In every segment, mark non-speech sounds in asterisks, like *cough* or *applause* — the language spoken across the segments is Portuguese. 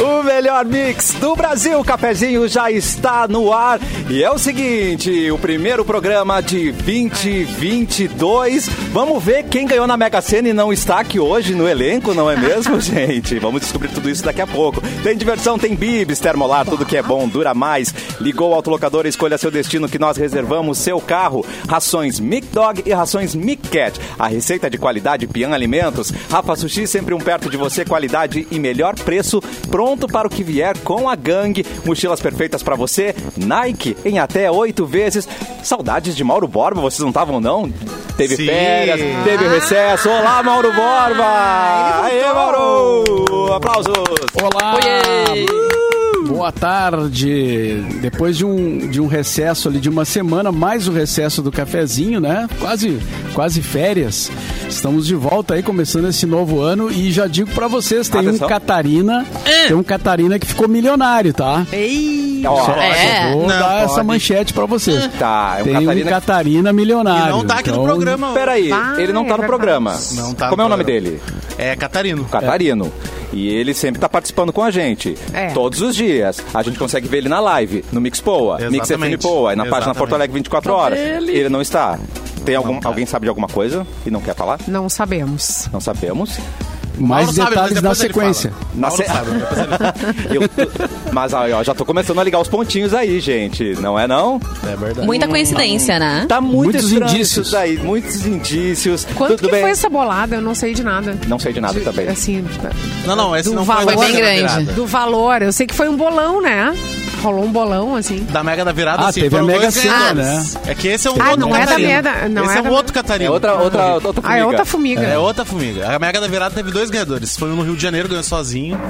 O melhor mix do Brasil, o cafezinho já está no ar. E é o seguinte, o primeiro programa de 2022. Vamos ver quem ganhou na Mega Sena e não está aqui hoje no elenco, não é mesmo, gente? Vamos descobrir tudo isso daqui a pouco. Tem diversão, tem bibs, termolar, tudo que é bom dura mais. Ligou o autolocador, escolha seu destino que nós reservamos seu carro. Rações Mic Dog e rações Mic Cat. A receita de qualidade Pian Alimentos. Rafa Sushi, sempre um perto de você, qualidade e melhor preço pronto para o que vier com a gangue. Mochilas perfeitas para você, Nike em até oito vezes. Saudades de Mauro Borba, vocês não estavam não? Teve Sim. férias, teve recesso. Olá, Mauro Borba! Ah. ele Aê, Mauro! Aplausos! Olá! Boa tarde! Depois de um, de um recesso ali de uma semana, mais o recesso do cafezinho, né? Quase, quase férias. Estamos de volta aí, começando esse novo ano. E já digo pra vocês, tem Atenção. um Catarina, É. tem um Catarina que ficou milionário, tá? Ei! Ó, Só- É. só vou Não dar pode. essa manchete pra vocês. Tá, é um tem Catarina um que- Catarina milionário. E não tá aqui no Então, programa. hoje. Peraí, Vai, ele não tá no é programa. Não tá no Como é o nome programa. dele? É, Catarino. Catarino. E ele sempre tá participando com a gente. É. Todos os dias. A gente consegue ver ele na live, no Mixpoa, Exatamente. Mix FM Poa, e na página Exatamente. Porto Alegre 24 horas. Ele, não está. Tem algum, alguém sabe de alguma coisa e não quer falar? Não sabemos. Não sabemos. Mais Mauro sabe, mas detalhes na depois ele sequência. fala. Na Mauro se- sabe, né? depois ele *laughs* fala. Eu- mas aí, ó, já tô começando a ligar os pontinhos aí, gente. Não é não? É verdade. Muita coincidência, né? Tá muito Muitos estranho indícios. isso daí, muitos indícios. Quanto Tudo que bem? foi essa bolada? Eu não sei de nada. Não sei de nada também. Assim, Não, não, esse do não valor foi da Mega bem da grande. Virada. do valor. Eu sei que foi um bolão, né? Rolou um bolão, assim. Da Mega da Virada, Ah, sim. teve a foram Mega dois Sena, né? ganhadores. É que esse é um Ah, outro não é da Catarino. Mega- não esse é é um da- outro Catarino. É outra, outra, outra Ah, é formiga. outra formiga. É outra formiga. A Mega da Virada teve dois ganhadores. Foi um no Rio de Janeiro, ganhou sozinho.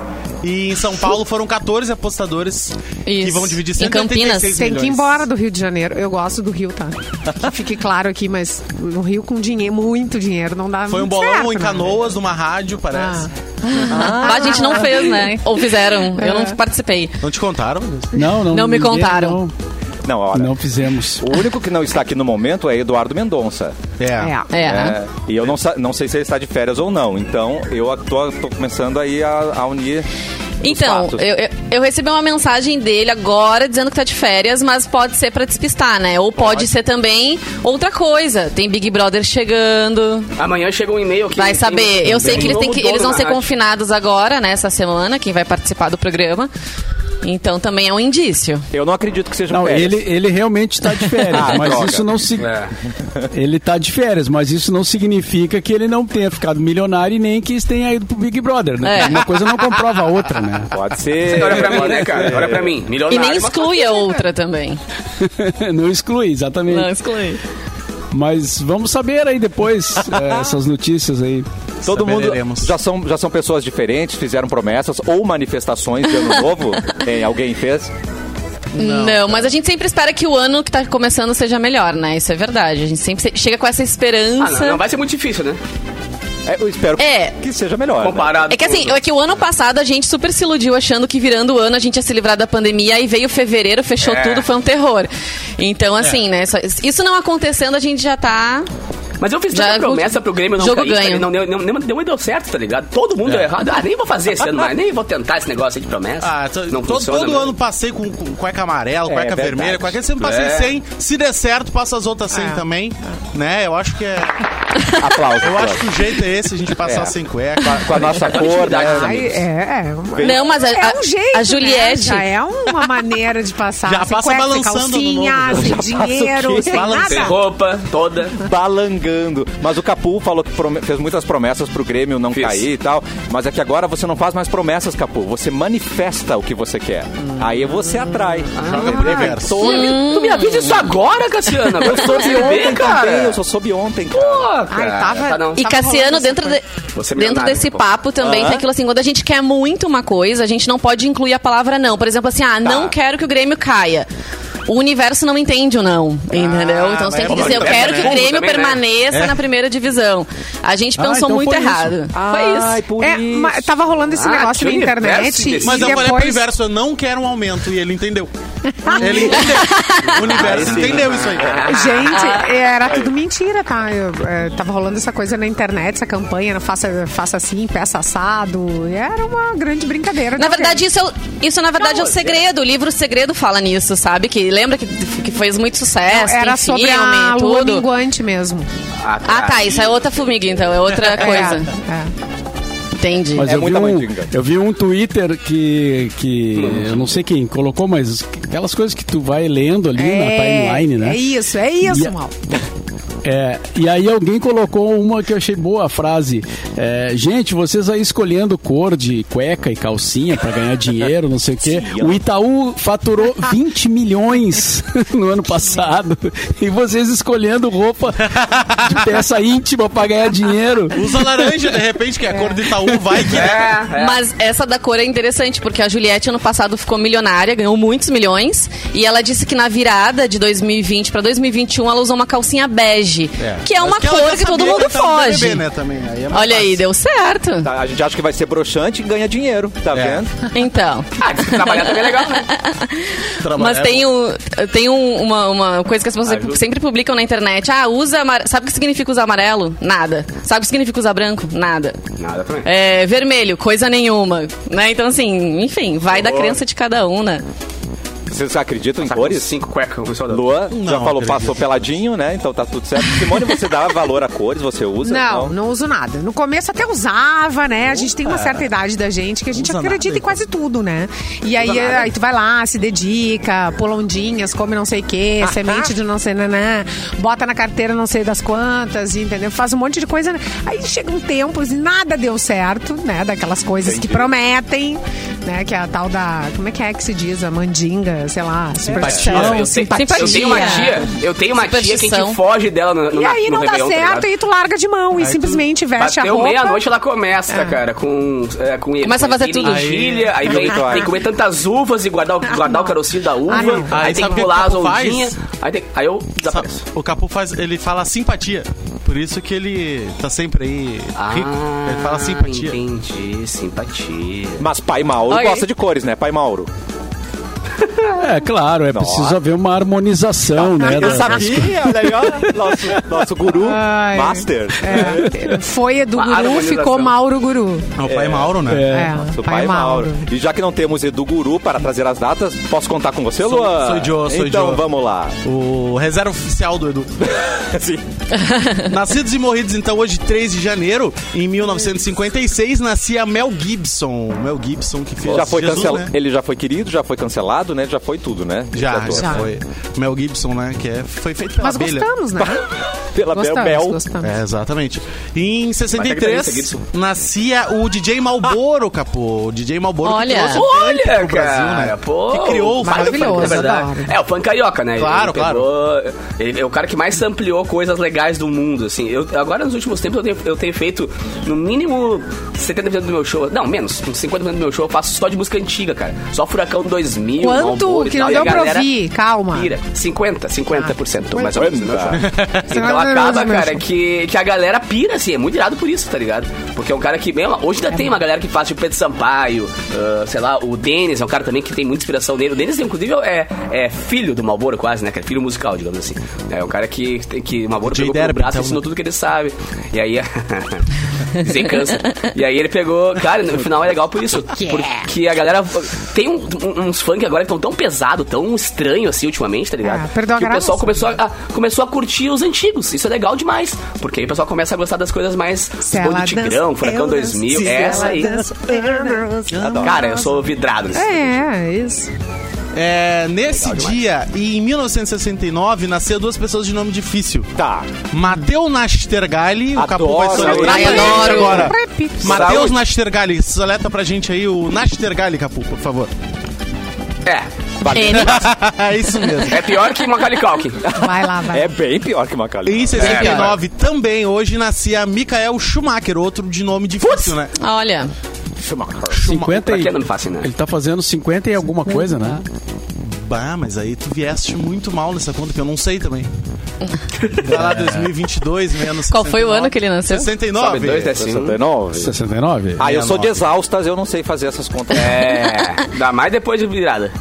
E em São Paulo foram 14 apostadores que Isso. vão dividir Em 186 Campinas. milhões. Tem que ir embora do Rio de Janeiro. Eu gosto do Rio, *laughs* tá? Que fique claro aqui, mas no Rio com dinheiro, muito dinheiro, não dá Foi um muito bolão certo, em né? Canoas, numa rádio, parece. Ah. Ah, a gente não fez, né? Ou fizeram. Eu É. não participei. Não te contaram? Luiz? Não, não. Não me ninguém- contaram. Não, Não, olha. não fizemos. O único que não está aqui no momento é Eduardo Mendonça. É. É. É. É, e eu não, sa- não sei se ele está de férias ou não. Então, eu tô, tô começando aí a, a unir. os Então, fatos. eu, eu, eu recebi uma mensagem dele agora dizendo que tá de férias, mas pode ser pra despistar, né? Ou pode, ser também outra coisa. Tem Big Brother chegando. Amanhã chega um e-mail aqui. Vai tem- saber. Eu sei tem que eles, um têm novo que, dono eles vão na ser rádio. confinados agora, né? Essa semana, quem vai participar do programa. Então também é um indício. Eu não acredito que seja Não, férias. ele, ele realmente está de férias, Ah, mas droga. isso não se... É. Ele tá de férias, mas isso não significa que ele não tenha ficado milionário e nem que tenha ido pro Big Brother, né? É. Uma coisa não comprova a outra, né? *laughs* Pode ser. Você olha pra mim, né, cara? Olha pra mim. Milionário. é E nem mas- exclui a outra também. Não exclui, exatamente. Não exclui. Mas vamos saber aí depois eh, essas notícias aí. Todo mundo Saberemos. já são, já são pessoas diferentes, fizeram promessas ou manifestações de ano *laughs* novo. Tem, alguém fez? Não, tá. mas a gente sempre espera que o ano que tá começando seja melhor, né? Isso é verdade. A gente sempre se- chega com essa Ah, esperança. não, não vai ser muito difícil, né? É, eu espero É. que seja melhor. né? Comparado. É que com assim, os é que o ano passado a gente super se iludiu achando que virando o ano a gente ia se livrar da pandemia, aí veio fevereiro, fechou É. tudo, foi um terror. Então, assim, né? só- Isso não acontecendo, a gente já tá. Mas eu fiz Já tanta jogo- promessa pro Grêmio não jogo cair, tá ganho. ligado? não, não, não, não, não deu certo, tá ligado? Todo mundo deu errado. Ah, nem vou fazer esse ano mais, nem vou tentar esse negócio aí de promessa. Ah, to- não todo, funciona, todo meu. ano passei com, com cueca amarela, É, cueca verdade. vermelha, cueca. Eu sempre passei É. 100. Se der certo, passa as outras 100 É. também. Né? Eu acho que é. Aplausos. Eu acho aplausos. que o jeito é esse, a gente passar É. sem cueca. Ah. Com a- Com a nossa cor, né? intimidade, Ai, é, é, uma- Não, mas a, é a- um jeito, a Juliette. né? Já é uma maneira de passar. *laughs* Já Sem passa cueca, sem balançando no calcinha, novo. sem Já passa o quê? dinheiro, sem Balançando. Sem nada. roupa toda. balangando. Mas o Capu falou que prome- fez muitas promessas pro Grêmio não Fiz. cair e tal. Mas é que agora você não faz mais promessas, Capu. Você manifesta o que você quer. Hum. Aí você atrai. Ah. Joga pro universo. Tu me- Tu me avisa isso agora, Cassiana. Eu soube ontem, cara. cara. Eu só soube ontem, cara. Pô, Ai, cara. tava- tá não. E Tava rolando Cassiano, essa dentro, de- Você dentro é milionário, desse pô. papo também, tem aquilo assim, quando a gente quer muito uma coisa, a gente não pode incluir a palavra não. Por exemplo, assim, ah, não quero que o Grêmio caia. o universo não entende o não, entendeu? então você tem que mas dizer, eu também, quero que o né? Grêmio Também, né? permaneça na primeira divisão. A gente Ah, pensou então muito foi isso. errado. Ai, Foi isso. por É, isso. mas tava rolando esse Ah, negócio que na universo internet. desse- Mas e eu falei pro depois... inverso, eu não quero um aumento. E ele *laughs* entendeu. ele entendeu. O universo né? entendeu isso aí. Ah. Ah. Gente, era tudo mentira, tá? Eu, eh, tava rolando essa coisa na internet, essa campanha, não faça, faça assim, peça assado. E era uma grande brincadeira. né, de Na alguém. verdade, isso, é o- isso na verdade é o segredo. O livro Segredo fala nisso, sabe? Que lembra que, que fez muito sucesso, era é, tem filme, sobre a lua tudo. minguante mesmo. Ah, tá. Isso é outra formiga, então. É outra coisa. É, é. Entendi. Mas É eu, vi muita um, mandinga. eu vi um Twitter que, que eu não sei quem colocou, mas aquelas coisas que tu vai lendo ali na timeline, né? É isso, é isso, E- mal. É, e aí alguém colocou uma que eu achei boa a frase. É, gente, vocês aí escolhendo cor de cueca e calcinha pra ganhar dinheiro, não sei o *laughs* quê. O Itaú faturou 20 milhões *laughs* no ano passado. E vocês escolhendo roupa de peça íntima pra ganhar dinheiro. Usa laranja, de repente, que é a cor do Itaú, vai que é. É, é. Mas essa da cor é interessante, porque a Juliette ano passado ficou milionária, ganhou muitos milhões, e ela disse que na virada de 2020 pra 2021 ela usou uma calcinha bege, que é Mas uma que ela já cor que todo sabia mundo entrar no foge. BBB, né, também. Aí é mais Olha aí, fácil. deu certo. Tá, A gente acha que vai ser broxante e ganha dinheiro, tá É. vendo? Então. Ah, diz que trabalhar também é legal, né? *laughs* Trabalhar. Mas tem, o, tem um- uma, uma coisa que as pessoas sempre- sempre publicam na internet. Ah, usa amarelo. Sabe o que significa usar amarelo? Nada. Sabe o que significa usar branco? Nada. Nada também. É, vermelho, coisa nenhuma. Né? Então, assim, enfim, vai da Boa. crença de cada um, né? Vocês acreditam em Tá com cores? Cinco cuecas, um soldado. Luan já Não, falou, acredito. passou peladinho, né? Então tá tudo certo. Simone, você dá valor a cores? Você usa? Não, não uso nada. No começo até usava, né? A gente tem uma É. certa idade da gente que a gente Usa acredita nada, em quase tudo, né? E aí, então. nada. aí tu vai lá, se dedica, polondinhas, come não sei o quê, Ah, semente de não sei naná, bota na carteira não sei das quantas, entendeu? Faz um monte de coisa. né? Aí chega um tempo e nada deu certo, né? Daquelas coisas que prometem, né? Que é a tal da... Como é que é que se diz? A mandinga, sei lá, superstição, Eu, simpatia. tenho, eu tenho uma tia, eu tenho uma tia que a gente Superstição. foge dela no, no, E aí no não dá Réveillon, tá certo, ligado? e tu larga de mão e simplesmente veste a Bateu roupa. meia-noite, ela começa, cara, com, é, com Começa a com fazer tudo. ervilha, aí vem, Aí. tem que comer tantas uvas e guardar, o- guardar o carocinho da uva, Ah, não. aí, Aí tem sabe que o que rolar as o papo ondinhas, aí, tem- aí eu Sabe, desapareço. o Capu faz, ele fala simpatia. Por isso que ele tá sempre aí rico. ele fala simpatia. Ah, Entendi, simpatia. Mas pai Mauro Ok. gosta de cores, né? Pai Mauro. É, claro, é preciso haver uma harmonização, né? Eu da- sabia, olha aí, ó. Nosso, nosso guru, Ai. master. É, foi Edu Uma Guru, harmonização. ficou Mauro Guru. É o pai Mauro, né? É, Nosso pai Mauro. E já que não temos Edu Guru para trazer as datas, posso contar com você, Sou- Luan? sou idiota, sou Então idiota. vamos *laughs* lá. É. O reserva oficial do Edu. Sim. Nascidos e morridos, então, hoje, 3 de janeiro, em 1956, nascia Mel Gibson. Mel Gibson, que fez Já foi Jesus, cancel... né? Ele já foi querido, já foi cancelado, né? Já foi tudo, né? Esse Já, ator. já Já. foi. Mel Gibson, né? Que é, foi feito pela Mas abelha. gostamos, *laughs* tá? né? Tá? Pela Gostamos, Bel. gostamos. É, exatamente. E em Vai, 63, Gibson. nascia o DJ Malboro, capô. O DJ Malboro Olha. que trouxe o funk Olha, cara, pro Brasil, né? pô, que criou o pai do maravilhoso, funk, na verdade. adoro. É, o funk carioca, né? Claro, Ele pegou- ele é o cara que mais ampliou coisas legais do mundo, assim. Eu, agora, nos últimos tempos, eu tenho, eu tenho feito, no mínimo, 70% do meu show. Não, menos. uns 50% do meu show eu faço só de música antiga, cara. Só Furacão 2000, Quanto Malboro e que tal, não e a deu pra galera ouvir? Calma. Ah. Pira. 50, 50% mais ou menos do meu show. 50. Então Você acaba, não é cara, que, que a galera pira, assim, é muito irado por isso, tá ligado? Porque é um cara que, bem, hoje ainda tem uma galera que faz, tipo, Pedro Sampaio, ah, sei lá, o Denis é um cara também que tem muita inspiração nele. O Denis, inclusive, é, é filho do Malboro quase, né, cara? Filho musical, digamos assim. É um cara que, tem- que o Malboro J. pegou Derby, pelo braço e então, ensinou né? tudo que ele sabe. E aí... *laughs* Sem câncer. E aí ele pegou... Cara, no final é legal por isso. é? Porque a galera... Tem um- um- uns funk agora que estão tão pesado, tão estranho, assim, ultimamente, tá ligado? Ah, perdeu a que o graça. pessoal começou a, a- começou a curtir os antigos. Isso é legal demais. Porque aí o pessoal começa a gostar das coisas mais Se Bonde ela Tigrão, dança, Furacão eu 2000. danço. essa aí. Se ela dança, eu danço. Cara, eu sou vidrado. nisso. É, isso. É, nesse dia, e em 1969, nasceu duas pessoas de nome difícil. Tá. Mateu Nastergalli, o Capu vai Adoro soletrar ele. pra gente Adoro. agora. Repito. Matheus Saúde. Nastergalli, soleta pra gente aí o Nastergalli, Capu, por favor. É. Ele- é *laughs* isso mesmo. É pior que Macaulay *laughs* Culkin. Vai lá, Ah. vai. É bem pior que Macaulay. Em 69 também, hoje, nascia Michael Schumacher, outro de nome difícil, né? Olha, Schumacher. 50 Pra e, que não me fascina? Ele tá fazendo 50 e alguma coisa, né? Bah, mas aí tu vieste muito mal nessa conta, que eu não sei também. Vai lá, 2022, menos. Qual foi o ano que ele nasceu? 69. Sobe dois, desce um. 69. 69? Ah, eu sou de 69. exaustas, eu não sei fazer essas contas. É, dá mais depois de virada.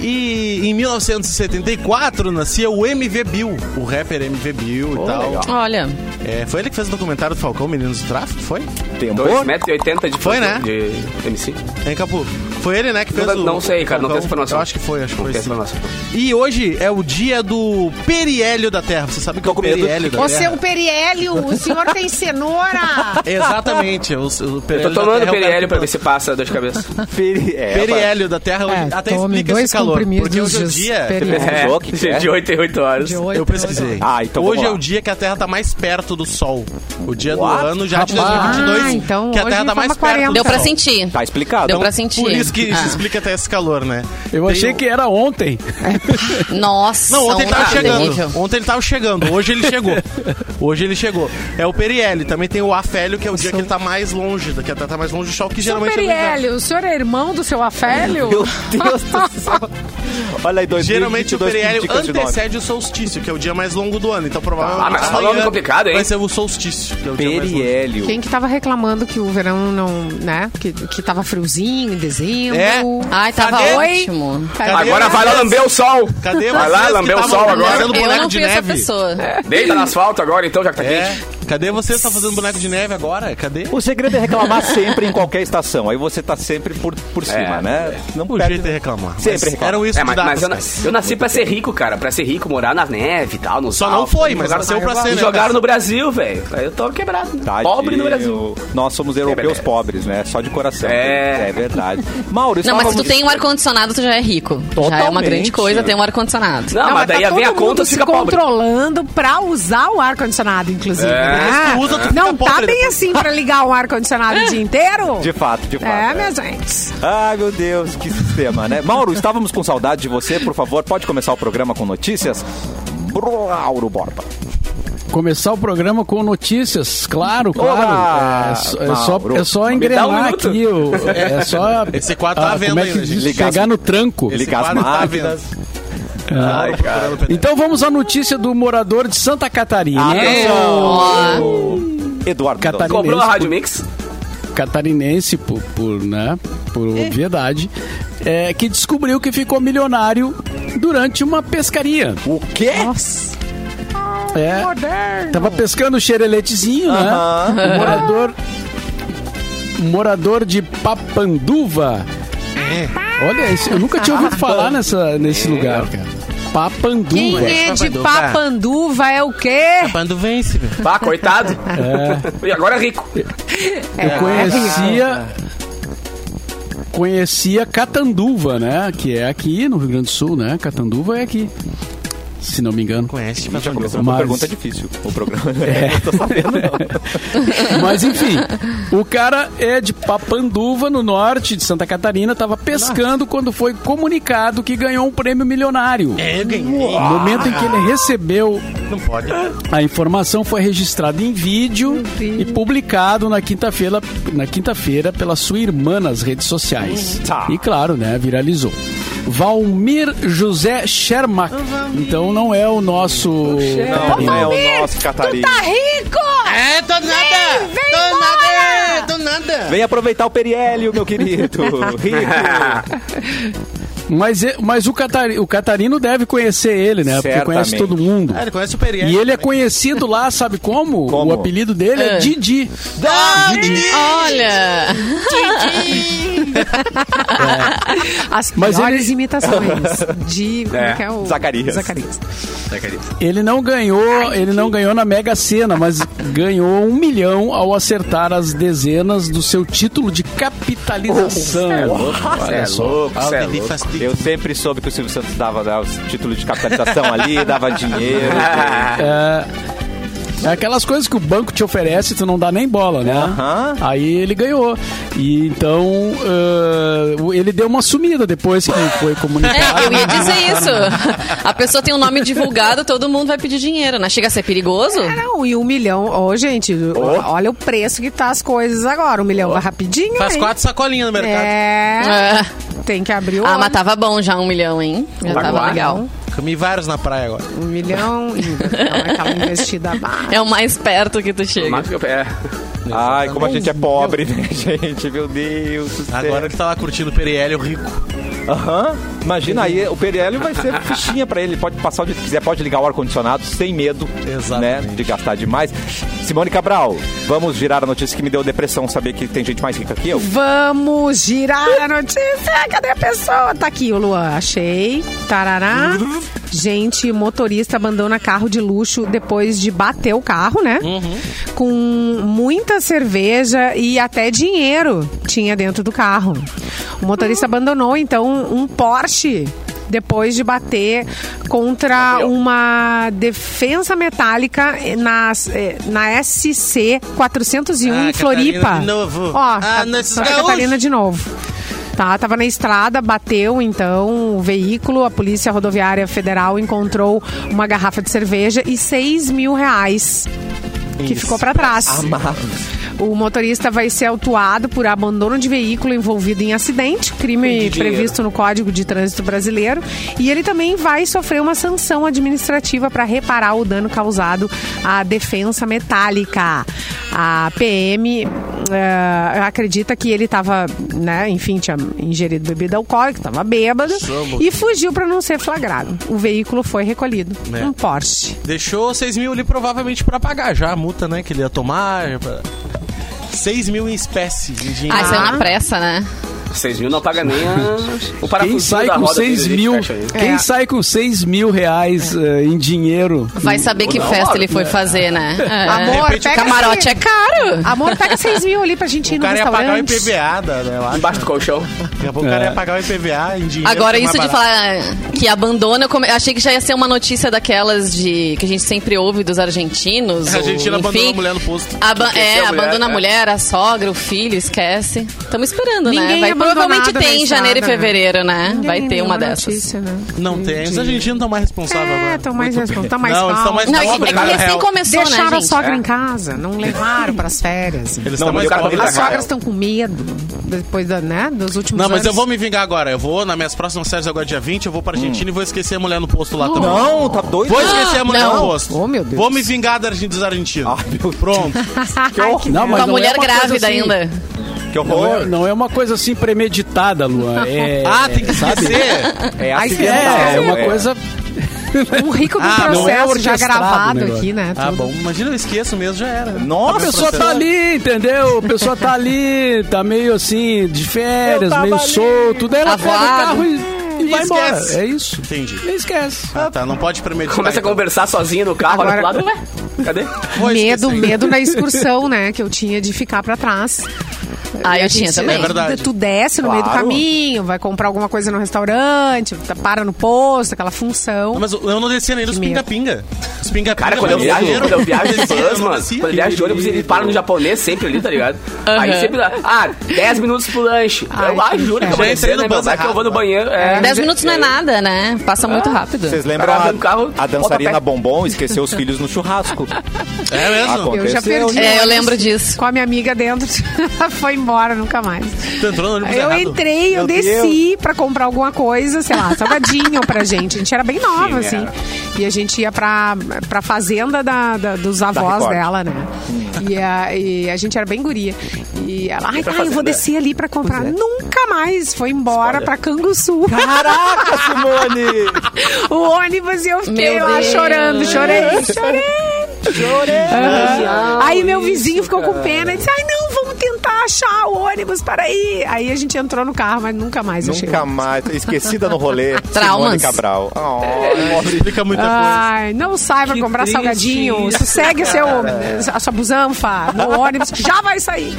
E em 1974 nascia o MV Bill, o rapper MV Bill e tal. Olha, É, foi ele que fez o documentário do Falcão, Meninos do Tráfico? Foi? Tempo. 2,80m de Foi, né? de MC. Hein, Capu? Foi ele, né, que fez Não- o não sei, cara, Falcão? não tenho essa informação. Eu acho que foi, acho que Não foi tenho sim. essa informação. E hoje é o dia do periélio da Terra. Você sabe que é o com medo. periélio da Ô, Terra? seu Periélio, o senhor tem cenoura. Exatamente. O, o Eu periélio da tô tomando Terra é o cara periélio que pra ver se passa dor de *laughs* cabeça. Peri- é, Periélio da Terra hoje É, até tome explica dois esse calor. comprimidos Porque hoje é o de dia. periélio. É, É, de 8 em 8 horas. De oito, Eu pesquisei. Ah, então vamos hoje é lá. o dia que a Terra tá mais perto do Sol. O dia What? do ano já de Rapaz. 2022. Ah, então que a hoje Terra tá toma mais 40. perto do deu pra Sol. sentir. Tá explicado. Deu pra sentir. ah, então Por isso que se Ah. explica até esse calor, né? Eu Tem achei o- que era ontem. Nossa, Não, ontem ele tava tá terrível. chegando. Ontem ele tava chegando. Hoje ele chegou. Hoje ele chegou. É o Periélio. Também tem o Afélio, que é o dia que ele tá mais longe, da- que a Terra tá mais longe do Sol, que Seu geralmente é no inverno. Periélio, o senhor é irmão do seu Afélio? Meu Deus *laughs* do céu. Olha aí, 2022. Geralmente o periélio indica de nome. antecede o solstício, que é o dia mais longo do ano. Então provavelmente Ah, mas falou amanhã nome complicado, hein? vai ser o solstício, que é o dia mais longo. Periélio. Quem que tava reclamando que o verão não, né? Que, que tava friozinho em dezembro. tá É. Ai, tava Cadê? ótimo. Cadê? Agora vai lá lamber o sol. Cadê Vai lá, vocês que lambeu o estavam sol agora. fazendo Eu é boneco não de fui essa neve? pessoa. Deita no asfalto agora, então, já que tá É. quente. Cadê você que tá fazendo boneco de neve agora? Cadê? O segredo é reclamar *laughs* sempre em qualquer estação. Aí você tá sempre por, por cima, É, né? Não O perde- jeito é reclamar. Sempre Mas reclama. Eram isso É, de mas, datas, mas eu, na- cara. eu nasci pra ser rico, cara. Pra ser rico, morar na neve e tal. No Só não salto. foi, mas Jogaram- nasceu pra ser, né? Jogaram no Brasil, velho. Aí Eu tô quebrado. Tadinho. Pobre no Brasil. Nós somos europeus É, pobres, né? Só de coração. É. verdade. Mauro, é Não, mas se tu estávamos- tem um ar-condicionado, tu já é rico. Já é uma Totalmente. grande coisa ter um ar-condicionado. Não, Não, mas mas daí tá vem a todo conta mundo e se fica pobre. É. controlando pra usar o ar-condicionado, inclusive. né? tu usa, tu fica não tá pobre bem depois. assim pra ligar o ar-condicionado o dia inteiro? *laughs* De fato, de fato. É, é. minha gente. Ai, meu Deus, que sistema, né? Mauro, estávamos com saudade de você. Por favor, pode começar o programa com notícias? Mauro Borba. Começar o programa com notícias, claro, Olá, claro. É, só- é só, Mauro. é só Me engrenar Ah, dá um minuto. aqui. O, é *laughs* só. Esse quadro tá à ah, venda Como é que ainda, diz? gente. Chegar no tranco. Ele- Ligar as Esse quadro tá à máquinas. venda. Ai, cara. Então vamos à notícia do morador de Santa Catarina. Ah, Atenção! Eduardo Catarina. Mendonça. Comprou na Rádio Mix. tá. catarinense por, por, né, por obviedade, é, que descobriu que ficou milionário durante uma pescaria. O quê? Nossa, É, moderno. tava pescando o xereletezinho, né? O morador, o morador de Papanduva. É. Olha, isso, eu nunca tinha ouvido falar nessa, nesse lugar, cara. Papanduva. Ah. Quem é de Papanduva. Papanduva é o quê? Quando vence, velho. Pá, coitado. *laughs* E agora é rico. é? Eu conhecia. Conhecia Catanduva, né? Que é aqui no Rio Grande do Sul, né? Catanduva é aqui. Se não me engano. Conhece, Já mas começou uma Mas- pergunta difícil. O programa. *laughs* É. tô sabendo, não. Mas enfim, o cara é de Papanduva, no norte de Santa Catarina, tava pescando quando foi comunicado que ganhou um prêmio milionário. É, eu ganhei. No momento em que ele recebeu Não pode. a informação foi registrada em vídeo e publicado na quinta-feira na quinta-feira pela sua irmã nas redes sociais. Tá. E claro, né, viralizou. Valmir José Shermack. Então não é o nosso Não, não é o nosso Tu Catarina. tá rico! É, tô nada. vem Tô embora. Tô nada. Vem aproveitar o Periélio, meu querido. Rico. Mas, e- mas o, Catari, o Catarino deve conhecer ele, né? Porque conhece Certamente. todo mundo. Ah, ele conhece o Periel. E ele é conhecido lá, sabe como? Como? O apelido dele é, É. Didi. Olha, As Mas piores ele- *laughs* imitações de... como É, que o- Zacarias. Zacarias. Ele não ganhou, ele não ganhou na Mega Sena, mas ganhou um milhão ao acertar as dezenas do seu título de capitalização. Cê é louco, cê é tá louco. Eu sempre soube que o Silvio Santos dava né, os títulos de capitalização ali, dava dinheiro. É aquelas coisas que o banco te oferece, tu não dá nem bola, né? Aham. Aí ele ganhou. E então ah, o- ele deu uma sumida depois que foi comunicado. é, eu ia dizer isso. A pessoa tem um nome divulgado, todo mundo vai pedir dinheiro, né? Chega a ser perigoso? Ah, não, e um milhão... Ô, gente, olha o preço que tá as coisas agora. Um milhão vai rapidinho, Faz hein? quatro sacolinhas no mercado. É... É. Tem que abrir o Ah, olho. mas tava bom já um milhão, hein? Já Tá tava Agora? legal. Comi vários na praia agora. Um milhão e *laughs* aquela- aquela investida baixa. É o mais perto que tu chega. Mas, é, Ai, como a gente é pobre, né, gente? Meu Deus. do céu. Agora ele tá lá curtindo o Periélio rico. Aham. Imagina aí, o PDL vai ser fichinha pra ele. Pode passar onde quiser, pode ligar o ar-condicionado sem medo né, Exatamente. de gastar demais. Simone Cabral, vamos girar a notícia que me deu depressão saber que tem gente mais rica que eu. Vamos girar a notícia. Cadê a pessoa? Tá aqui o Luan. Achei. Tarará. Gente, motorista abandona carro de luxo depois de bater o carro, né? Com muita cerveja e até dinheiro tinha dentro do carro. O motorista abandonou, então, um Porsche depois de bater contra uma defensa metálica na, na SC 401 Ah, em Floripa. Catarina de novo. Ó, Ah, Ca- nesses Santa gaúchos. Catarina de novo. Tá, tava na estrada, bateu então o veículo, a Polícia Rodoviária Federal encontrou uma garrafa de cerveja e 6 mil reais que ficou pra trás. O motorista vai ser autuado por abandono de veículo envolvido em acidente, crime De dinheiro. previsto no Código de Trânsito Brasileiro, e ele também vai sofrer uma sanção administrativa para reparar o dano causado à defensa metálica. A PM eh, acredita que ele estava, né, enfim, tinha ingerido bebida alcoólica, estava bêbado Somos. e fugiu para não ser flagrado. O veículo foi recolhido, É. um Porsche. Deixou 6 mil ali provavelmente pra pagar já a multa, né? Que ele ia tomar. já pra- 6 mil em espécie em dinheiro. Ah, isso é Ah. uma pressa, né? 6 mil não paga nem a- o Quem parafusinho sai da com roda. 6 dele, mil, fecha aí. É. quem sai com 6 mil reais eh, em dinheiro? Vai saber que não, festa ele óbvio, foi fazer, né? É. Amor, assim. De repente, pega Camarote esse- é caro. Amor, *laughs* pega 6 mil ali pra gente ir O no cara ia pagar o restaurante. IPVA, da, né, eu acho. Embaixo do colchão. Daqui a pouco o cara ia pagar o IPVA em dinheiro. Agora, que é isso de mais falar que abandona, eu come- eu achei que já ia ser uma notícia daquelas de que a gente sempre ouve dos argentinos. barato. A Argentina ou, enfim, abandonou a mulher no posto. Aba- Esqueceu é, a mulher, abandona a é. mulher, a sogra, o filho, esquece. Estamos esperando, Ninguém né? abandonado Vai, provavelmente na tem em estrada, janeiro e né? fevereiro, né? Vai ter uma dessas. Não tem. Os argentinos estão mais responsáveis É, agora. estão mais responsáveis, estão mais Não, eles tão calmos. mais Não, é Pobre, que- é que cara, recém real. começou, Deixaram né, a gente? sogra É. em casa, não levaram pras *laughs* férias. Eles Não, estão mas mais eu- pobres. Tá As caro. sogras estão com medo depois da, né, dos últimos Ah, Não, mas anos. *laughs* eu vou me vingar agora. Eu vou, nas minhas próximas séries agora, dia 20, eu vou pra Hum. Argentina e vou esquecer a mulher no posto lá também. Não, tá doido? Vou esquecer a mulher Não. no posto. Ah, Oh, meu Deus. Vou me vingar da Argen- dos argentinos. Ah, meu Pronto. Ai, que Não, Com mas não a é mulher uma coisa grávida assim- ainda. Que Não é, horror. não é uma coisa assim premeditada, Luan. É, *laughs* Ah, tem que esquecer. É Ai, é, é, acidental. uma coisa. O rico do Ah, não assim é processo já orquestrado o gravado negócio. aqui, né? Ah, tudo. bom. Imagina, eu esqueço mesmo, já era. A Nossa, pessoa tá ali, entendeu? A pessoa tá ali, tá meio assim, de férias, tava meio ali. solto. Daí ela pega o Avoado. carro e, e vai embora. esquece. É isso. Entendi. Nem esquece. Ah, tá. Não pode premeditar. Começa a então. conversar sozinho no carro, olha pro lado, ué, cadê? Vou Medo, esquecer. medo na excursão, né? Que eu tinha de ficar pra trás. Ah, eu A tinha gente- também. É verdade. Tu desce no meio do Claro. caminho, vai comprar alguma coisa no restaurante, tá- para no posto, aquela função. Não, Mas eu não descia nem dos medo. pinga-pinga. Os pinga-pinga. Cara, quando eu brasileiro, viajo, quando eu viajo de descia, fãs, não mano, descia. quando eu viajo de ônibus, ele para no japonês sempre ali, tá ligado? Aí sempre dá, ah, 10 minutos pro lanche. Ai, eu lá, que juro que inferno. eu vou Já entrei descer, no né, meu? bus Vai que eu vou no errado, banheiro. É, Dez minutos não é nada, né? Passa muito rápido. Vocês lembram Caraca, a, no carro, a dançarina bota pé. bombom esqueceu os filhos no churrasco. É Ah, mesmo? Eu já Aconteceu, perdi. né? É, eu ônibus lembro disso. Com a minha amiga dentro. *laughs* Foi embora, nunca mais. Tu entrou no ônibus Eu errado. entrei, eu Meu desci pra comprar alguma coisa, sei lá, salgadinho pra gente. A gente era bem nova, Sim, assim. era. E a gente ia pra, pra fazenda da, da- dos avós Record. dela, né? E a, e a gente era bem guria. E ela, ai, pra tá, eu vou fazenda. descer ali pra comprar. Nunca mais. Foi embora Spoiler. pra Canguçu. Caraca, Simone! o ônibus e eu fiquei Meu lá Deus. chorando, chorei, chorei. Aham. Aí meu vizinho ficou com pena e disse: Ai, não, vamos tentar achar o ônibus para aí. Aí a gente entrou no carro, mas nunca mais achei. Nunca mais. Esquecida no rolê. Simone Traumas. Cabral. Oh, Explica muita Ah, coisa. Ai, não sai pra Que comprar triste É. salgadinho. isso, Sossegue seu, a sua busanfa no ônibus, que já vai sair.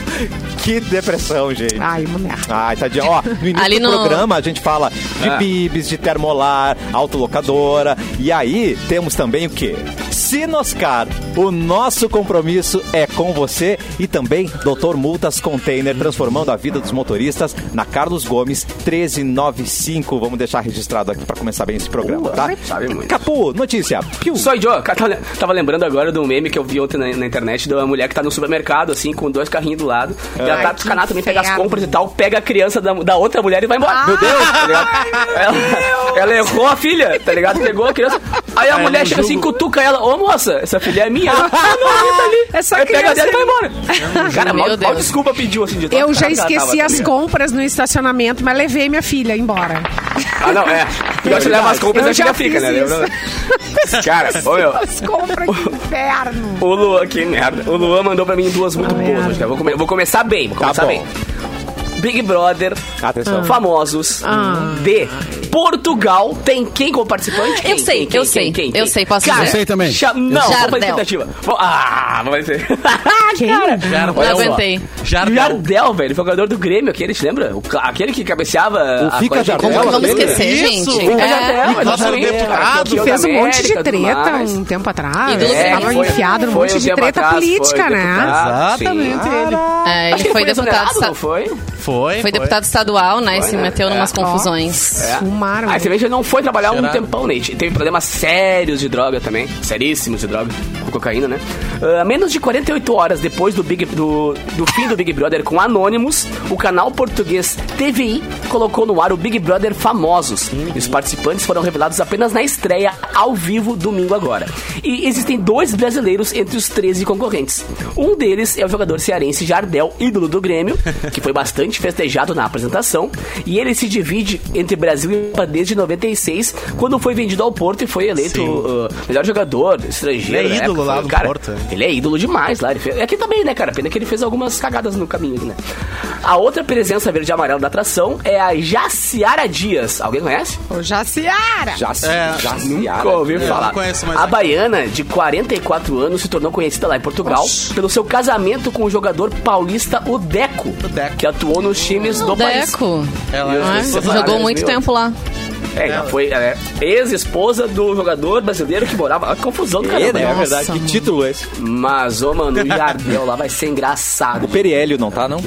que depressão, gente. Ai, uma merda. Ai, tadinha. Ó, no início Ali do no- programa a gente fala de Ah. bibis, de termolar, autolocadora. E aí temos também o quê? Sinoscar, O nosso compromisso é com você e também Doutor Multas Container, transformando a vida dos motoristas na Carlos Gomes 1395. Vamos deixar registrado aqui para começar bem esse programa, tá? sabe muito. Capu, notícia. Piu. Só idiota. Cara, Tava, tava lembrando agora do meme que eu vi ontem na, na internet da mulher que tá no supermercado, assim, com dois carrinhos do lado. E ela É. Ai, tá que descanada também, pega as inferno. compras e tal, pega a criança da, da outra mulher e vai embora. Ai, meu Deus, tá ligado? ela, ela errou a filha, tá ligado? Pegou a criança. Aí a é um mulher chega assim, cutuca ela. Ô, moça, essa filha é minha. Ela, ah, não, ali, tá *laughs* ali. É um só Aí pega criança dela e vai embora. Cara, Meu mal, mal Deus. desculpa pediu, assim, de Eu tanto já que ela tava, esqueci tá as ligado? compras no estacionamento, mas levei minha filha embora. Ah, não, é. Pior você leva as compras e Eu a já filha fica, fiz né? isso. Lembra? Cara, ô, meu. As compras, que inferno. O Luan, que merda. O Luan mandou pra mim duas muito Ah, boas. merda. hoje, cara. Vou, come- vou começar bem, vou Tá começar bom. bem. Big Brother, Atenção. famosos Ah. de Portugal. Tem quem como participante? Quem, Eu sei, quem, quem, eu quem, sei, quem, eu quem? sei, posso Cara, dizer. Eu sei também. cha- Não, vamos fazer Jardel. expectativa. Vamos- Ah, vamos *laughs* fazer. Quem? Cara, Não aguentei. Jardel. Jardel, velho, jogador do Grêmio, aquele, te lembra? O ca- aquele que cabeceava. O a Fica coisa de Jardel, gol. Como Vamos Isso. esquecer, O gente. Fica É. Jardel, Nossa, exatamente, deputado, cara, Que campeão fez da um monte de América, tudo treta mais. um tempo atrás. Ídolo É, tava sempre. enfiado num Foi monte um de tempo treta atrás, foi política, né? deputado, sim. Exatamente ele. É, Acho que ele foi deputado, exonerado, esta- não foi? Foi, foi deputado estadual, né? E se né? meteu É. numas Ó, confusões. Fumaram. Ah, você vê que ele não foi trabalhar um Cheirado. tempão, Nate. Teve problemas sérios de droga também. Seríssimos de droga. Com cocaína, né? Ah, menos de 48 horas depois do, Big, do, do fim do Big Brother com Anonymous, o canal português TVI colocou no ar o Big Brother Famosos. E os participantes foram revelados apenas na estreia ao vivo domingo agora. E existem dois brasileiros entre os 13 concorrentes. Um deles é o jogador cearense Jardel, ídolo *laughs* do Grêmio, que foi bastante festejado na apresentação. E ele se divide entre Brasil e Europa desde 96, quando foi vendido ao Porto e foi eleito Sim. uh, melhor jogador estrangeiro. Ele é na época. ídolo lá do Cara, Porto. né? Ele é ídolo demais lá. Ele fez- Aqui também, né, cara? Pena que ele fez algumas cagadas no caminho aqui, né? A outra presença verde e amarela da atração é a Jaciara Dias. Alguém conhece? Ô, Jaciara. Já se, É, já se Nunca ouvi não falar. conheço mais a aqui. baiana, de 44 anos, se tornou conhecida lá em Portugal pelo seu casamento com o jogador paulista o Deco, Deco. que atuou nos times do país. Deco. Ela- é Ah, Separadas, Jogou muito viu? tempo lá. É, ela foi ela é ex-esposa do jogador brasileiro que morava. Olha que confusão do É, caramba, né? É né? verdade. Nossa, que título é esse? Mas, ô, mano, o Jardel lá vai ser engraçado. O Periélio não tá, não?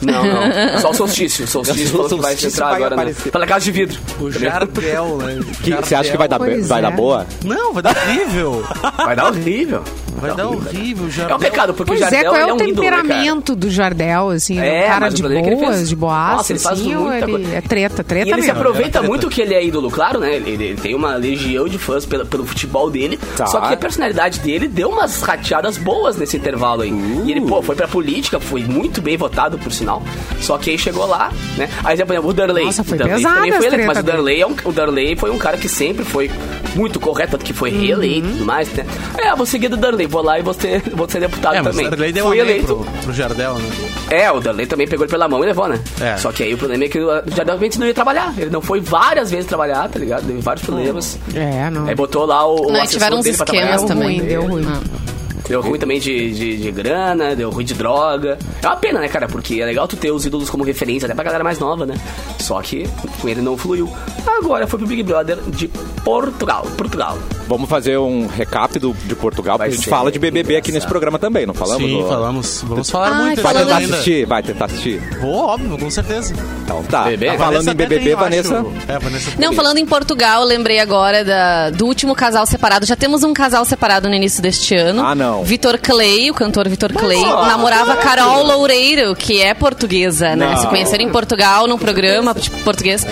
Não, não. Só o solstício. O solstício falou que vai Solstício entrar vai agora, né? aparecer. Pela casa de vidro. O Jardel, né? Que, você acha que vai dar, Pois vai é. dar boa? Não, vai dar horrível. Vai dar horrível. Vai dar horrível, É Jardel. um pecado, porque Pois o Jardel é, qual é ele o um ídolo, né, cara? temperamento do Jardel, assim? É, É, um cara mas o de problema é que ele fez- boas, de boaça, Nossa, ele faz assim, ou muita ele coisa. é treta, treta E ele se mesmo. aproveita muito que ele é ídolo, claro, né? Ele, ele tem uma legião de fãs pelo, pelo futebol dele. Tá. Só que a personalidade dele deu umas rateadas boas nesse intervalo aí. E ele, Uh. pô, foi pra política, foi muito bem votado, por sinal. Só que aí chegou lá, né? Aí, por exemplo, o Darley. Nossa, foi o Darley pesada também as foi eleito, treta mas o Darley, é um, o Darley foi um cara que sempre foi muito correto, tanto que foi reeleito e Uhum. tudo mais, né? É, eu vou seguir do Darley, vou lá e vou ser, vou ser deputado É, mas também. o Darley deu Fui um eleito. pro, pro Jardel, né? É, o Darley também pegou ele pela mão e levou, né? É. Só que aí o problema é que o Jardel realmente não ia trabalhar. Ele não foi várias vezes trabalhar, tá ligado? Teve vários problemas. Hum, É, não. Aí botou lá o. o Não, e assessor tiveram uns dele pra trabalhar. esquemas Deu também. ruim, deu ruim. Ah. Deu ruim também de, de, de grana, deu ruim de droga. É uma pena, né, cara? Porque é legal tu ter os ídolos como referência, até pra galera mais nova, né? Só que com ele não fluiu. Agora foi pro Big Brother de Portugal. Portugal. Vamos fazer um recap do, de Portugal, Vai porque a gente ser fala de BBB aqui engraçado. nesse programa também, não falamos? Sim, Ô? falamos. Vamos falar Ai, muito. Vai Falando tentar ainda. assistir, vai tentar assistir. Pô, óbvio, com certeza. Então tá. BBB? Tá falando Vanessa em até BBB, tem, eu Vanessa. acho. É, Vanessa. Não, tem. falando em Portugal, eu lembrei agora da- do último casal separado. Já temos um casal separado no início deste ano. Ah, não. Vitor Clay, o cantor Vitor Clay, namorava Carol Loureiro, que é portuguesa, né? Não. Se conheceram em Portugal, num programa de português.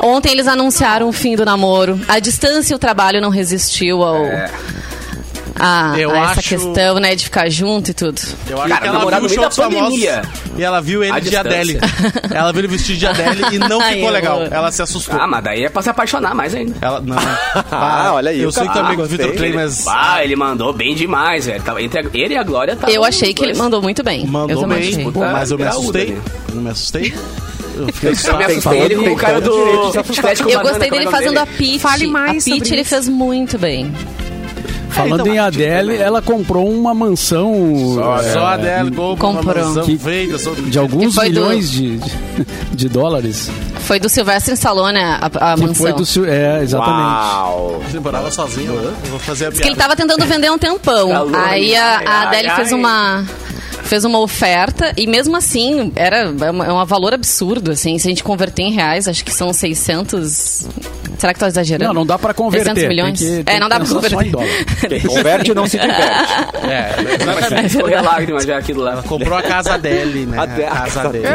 Ontem eles anunciaram o fim do namoro. A distância e o trabalho não resistiu ao... É. A, Eu a essa acho- questão, né, de ficar junto e tudo. Eu acho Cara, que ela namorado viu o no show meio dos da famosos pandemia. e ela viu ele À de Adele. Ela viu ele vestido de Adele e não *laughs* Ai, ficou eu legal. amo. Ela se assustou. Ah, mas daí é pra se apaixonar mais ainda. Ela, não. *laughs* Ah, olha aí, Eu o sei que cara- também com o gostei. Victor Clay, mas Ah, ele mandou bem demais, velho. Tava Entre a- ele e a Glória tá. Eu achei que ele mandou muito bem. eu mandou também bem. achei. Pô, mas eu me Graúda, assustei. né? Eu me assustei. Tá Eu *laughs* fiquei Eu me assustado. assustei ele com o cara do Atlético Eu gostei Banana, como é dele o nome fazendo a dele? Peach. Fale mais a Peach sobre ele isso. fez muito bem. Falando em Adele, ela comprou uma mansão Só, é, só a Adele comprou uma Comprou. mansão Que- feita, só- de alguns Que foi do- milhões de, de, de dólares. Foi do Sylvester Stallone a, a Que mansão. foi do seu. É, exatamente. Uau! Ele morava sozinho, né? Eu Vou fazer a Diz que ele piada. tava tentando vender há um tempão. Calor, Aí a, ai, a ai, Adele ai. fez uma fez uma oferta e mesmo assim era é uma- é um valor absurdo assim se a gente converter em reais acho que são 600 será que tô exagerando Não, não dá pra converter. 600 milhões Tem que- tem *laughs* é não dá pra que pensar converter só em dólar. *laughs* Converte e não se diverte. É, né? Escorreu a lágrima já aqui do lado. Comprou a casa dele, né? *laughs* A casa dele.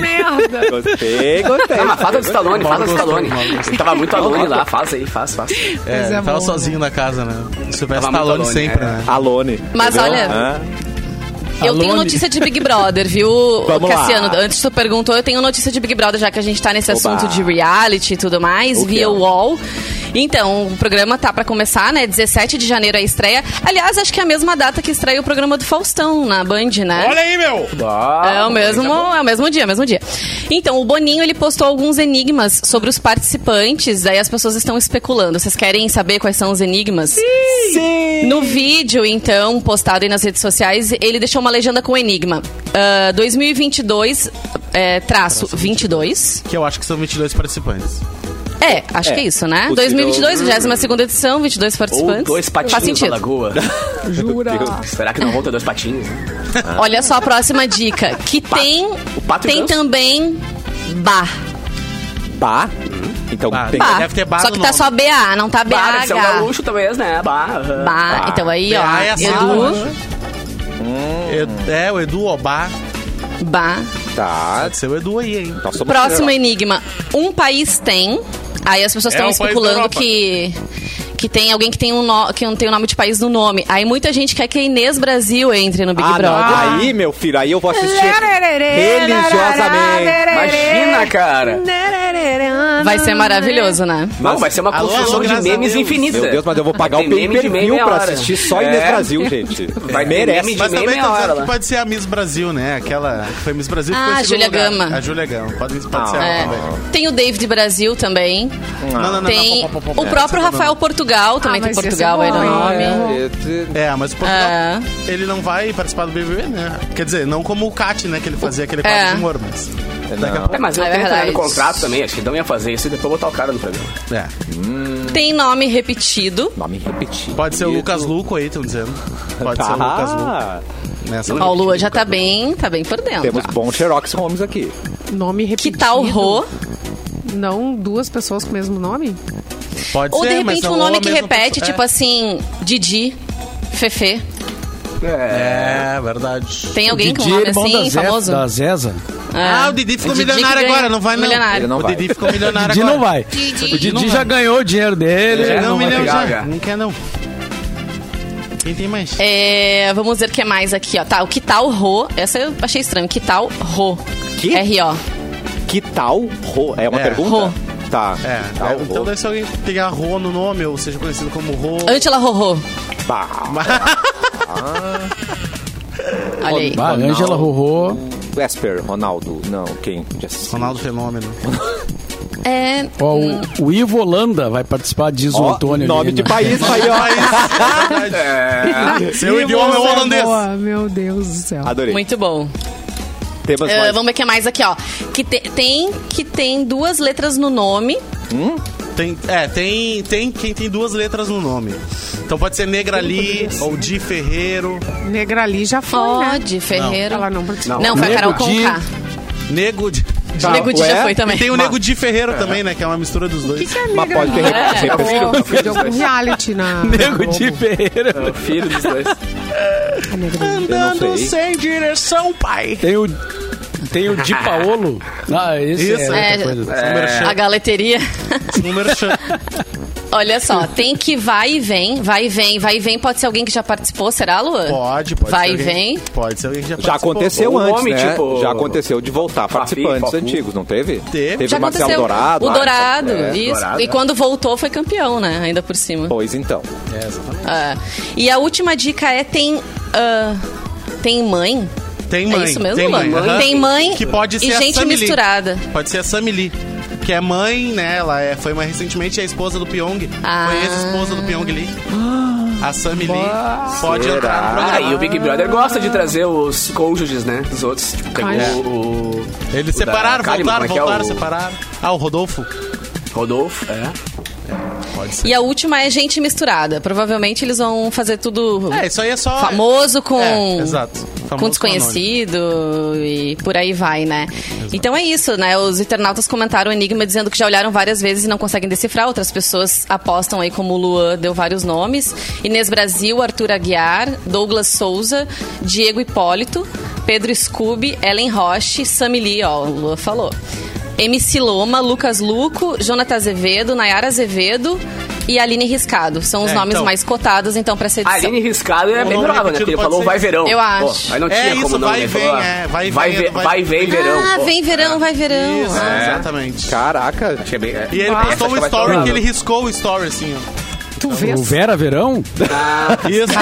*laughs* Merda. Gostei, gostei. Não, mas fala Ah, do Stallone, fala do Stallone. Gostei. Tava muito aluno lá, faz aí, faz, faz. É, Coisa ele tava boa. sozinho na casa, né? Se tivesse Tava muito Stallone alone, sempre, é. né? Alone. Mas entendeu? olha- Hã? Eu tenho Alone. notícia de Big Brother, viu, *laughs* Vamos lá. Cassiano? Antes tu perguntou, eu tenho notícia de Big Brother, já que a gente tá nesse Oba. assunto de reality e tudo mais, O que é? via UOL. Então, o programa tá pra começar, né? 17 de janeiro a estreia. Aliás, acho que é a mesma data que estreia o programa do Faustão na Band, né? Olha aí, meu! É o mesmo, é o mesmo dia, mesmo dia. Então, o Boninho ele postou alguns enigmas sobre os participantes, daí as pessoas estão especulando. Vocês querem saber quais são os enigmas? Sim! No vídeo, então, postado aí nas redes sociais, ele deixou uma legenda com enigma. Ah, 2022, é, traço 22. Que eu acho que são 22 participantes. É, acho É, que é isso, né? possível. 2022, 22 edição, 22 participantes. Ou dois Faz patinhos na sentido. lagoa. Jura. Será que não volta dois patinhos? Olha só a próxima dica, que tem, né? pato tem ganso? também bar. Bah. Então Bah. tem Bah. deve ter bar só no que tá nome. só BA, não tá Bah, deve ser um BH. gaúcho talvez, né? Bah. aham. Bah, então aí, ó, Ah, é a sala, Edu, né? Edu- É, o Edu Obá. bah. que tá. Pode ser o Edu aí, hein? Nós somos Próximo melhor. enigma. Um país tem. Aí as pessoas É estão um país da especulando Europa. que. Que tem alguém que tem um no- que não tem o nome de país no nome. Aí muita gente quer que a Inês Brasil entre no Big Ah, Brother. não. Aí, meu filho, aí eu vou assistir religiosamente. Imagina, cara. Vai ser maravilhoso, né? Não, vai ser uma Alô, construção alô, de graças a memes Deus. infinita. Meu Deus, mas eu vou pagar Tem o meme de pay-per-view meia pra hora. assistir só É. Inês Brasil, gente. Vai ter Merece. meme de- Mas também meia tá dizendo hora, que né? pode ser a Miss Brasil, né? Aquela que foi Miss Brasil. que Ah, foi em segundo Júlia lugar. Gama. A Júlia Gama. Pode, pode ser Ah. ela É. também. Tem o David Brasil também. Não, não, É, não, não, tem pô, pô, pô, pô, o pô, próprio essa Rafael Portugal, também Ah, tem mas esse Portugal é aí no bom, nome. hein? não. É, mas o Portugal, É. ele não vai participar do BBB, né? Quer dizer, não como o Cat, né? Que ele fazia aquele quadro É. de humor, mas... Daqui a Não. pouco... É, mas eu É tenho também verdade. no contrato também, acho que não ia fazer isso e depois botar o cara no programa. É. Tem nome repetido. Nome repetido. Pode ser o Lucas Luco aí, estão dizendo. Pode ser o Lucas Luco. Ah, Né, Nessa Ó, o Lua já tá bem, tá bem por dentro. Temos bons Xerox Holmes aqui. Nome Que repetido. tal Rô? Não duas pessoas com o mesmo nome? Pode Ou ser, de mas é repente não é. um ou nome a que mesma repete, pessoa. tipo assim, Didi, Fefe. É, é verdade. Tem alguém Didi, é com um nome irmão assim, da Zé- famoso? Da Zeza. É. Ah, o Didi ficou O Didi milionário que ganha- agora, não vai não. Milionário. Ele não o vai. Didi ficou milionário Didi agora. não vai. Didi. O Didi Não já vai. ganhou o dinheiro dele. Ele ele ganhou não um vai milhão pegar. já. pegar. Não quer não. Quem tem mais? É, vamos ver o que mais aqui, ó. Tá, o que tal Rô? Essa eu achei estranho. Que tal Rô? Que? R.O. Que tal Ro? É uma É, pergunta? Ro. Tá. É, Que tal é, então Ro? deve ser alguém que tenha Rô no nome, ou seja conhecido como Rô. Ângela Rorô. Bah, Olha aí. Bah, Ronaldo. Ângela Rorô. Wesper, Ronaldo. Não, quem? Yes. Ronaldo Fenômeno. É, Ó, o, o Ivo Holanda vai participar, diz o Ó, Antônio. nome de Lima. *laughs* país aí, ó. é Seu idioma é Nossa, holandês. boa, Meu Deus do céu. *laughs* Adorei. muito bom. Temas É, mais- vamos ver o que mais aqui, ó. Que te- tem que tem duas letras no nome. Tem, é, tem, tem quem tem duas letras no nome. Então pode ser Negra Lee, ou Di Ferreiro, Negrali já foi, né? Pode, Ferreiro. Ela não participou. Não, foi a Nego Carol Di. Conká. Nego Di. Tá, Nego Di ué? já foi também. E tem o Nego Di Ferreiro também, né? Que é uma mistura dos dois. que é Mas pode ter Negrali? re- repetido. Pô, foi de algum reality na. né? Nego de Ferreira. O filho dos *laughs* dois. na Ah, Negrali. Eu não sei. sem direção, pai. Tem o, tem o *laughs* Di Paolo. Ah, esse Isso. é, É, outra coisa. Número A galeteria. Número *laughs* chan. Olha só, tem que vai e vem, vai e vem, vai e vem. Pode ser alguém que já participou, será, Lua? Pode, pode Vai ser e alguém- vem. Pode ser alguém que já Já participou. aconteceu o antes, nome, né? tipo- Já aconteceu de voltar Fafi, participantes Fafu. antigos, não teve? Teve. Teve Já o Marcelo aconteceu. Dourado. O ah, Dourado, é. isso. Dourado, e é. quando voltou foi campeão, né? Ainda por cima. Pois então. Ah, e a última dica é tem ah, tem mãe. Tem mãe. É isso mesmo, tem mãe. Lua? aham. Tem mãe Que pode e ser a gente Sammy Lee. misturada. Pode ser a Sammy Lee. que é mãe, né? Ela é, foi mais recentemente a esposa do Pyong. Ah. Foi ex-esposa do Pyong Lee. A Sammy Lee pode entrar no é Ah, programa. e o Big Brother gosta de trazer os cônjuges, né? Dos outros. Tipo, pegou o, o. Eles o da separaram, Kalimann, voltaram, como é que é? voltaram, O separaram. Ah, o Rodolfo. Rodolfo, é. E a última é gente misturada. Provavelmente eles vão fazer tudo É, isso aí é só. famoso com. É, exato. Famoso com desconhecido e por aí vai, né? Então é isso, né? Os internautas comentaram o Enigma dizendo que já olharam várias vezes e não conseguem decifrar. Outras pessoas apostam aí, como o Luan deu vários nomes: Inês Brasil, Arthur Aguiar, Douglas Souza, Diego Hipólito, Pedro Scooby, Ellen Roche, Sami Lee, ó, o Luan falou. MC Loma, Lucas Luco, Jonathan Azevedo, Nayara Azevedo e Aline Riscado. São os É, nomes então. mais cotados, então, pra essa A edição. Aline Riscado é O bem nome brava, né? repetido Porque pode falou ser vai isso. verão. Eu Pô, acho. aí não É tinha isso, como não, vai e né? vem, Falou, é, vai e vai vem, ver- vai- vai e vem verão. Ah, pô. vem verão, vai verão. É. Isso, Ah. exatamente. Caraca. Achei bem- é. E ele Essa postou acho um que vai story sobrar. que ele riscou o story, assim, ó. Tu vês? O Vera Verão? Isso.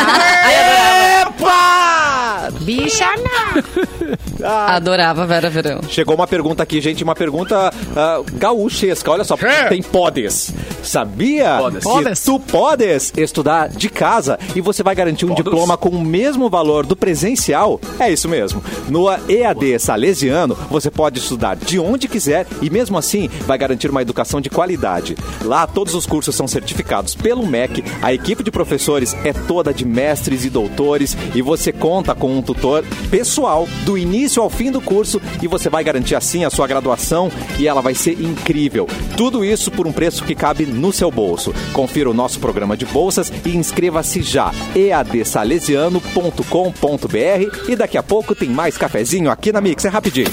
Bicha não. Adorava Vera Verão. Chegou uma pergunta aqui, gente, uma pergunta ah, gaúchesca. Olha só, tem podes. Sabia? Podes. que Podes. Tu podes estudar de casa e você vai garantir um Podes. diploma com o mesmo valor do presencial. É isso mesmo. No EAD Salesiano, você pode estudar de onde quiser e mesmo assim vai garantir uma educação de qualidade. Lá todos os cursos são certificados pelo MEC, a equipe de professores é toda de mestres e doutores e você conta com um tutor pessoal do início ao fim do curso e você vai garantir assim a sua graduação e ela vai ser incrível. Tudo isso por um preço que cabe no seu bolso. Confira o nosso programa de bolsas e inscreva-se já. eadsalesiano.com.br e daqui a pouco tem mais cafezinho aqui na Mix. É rapidinho.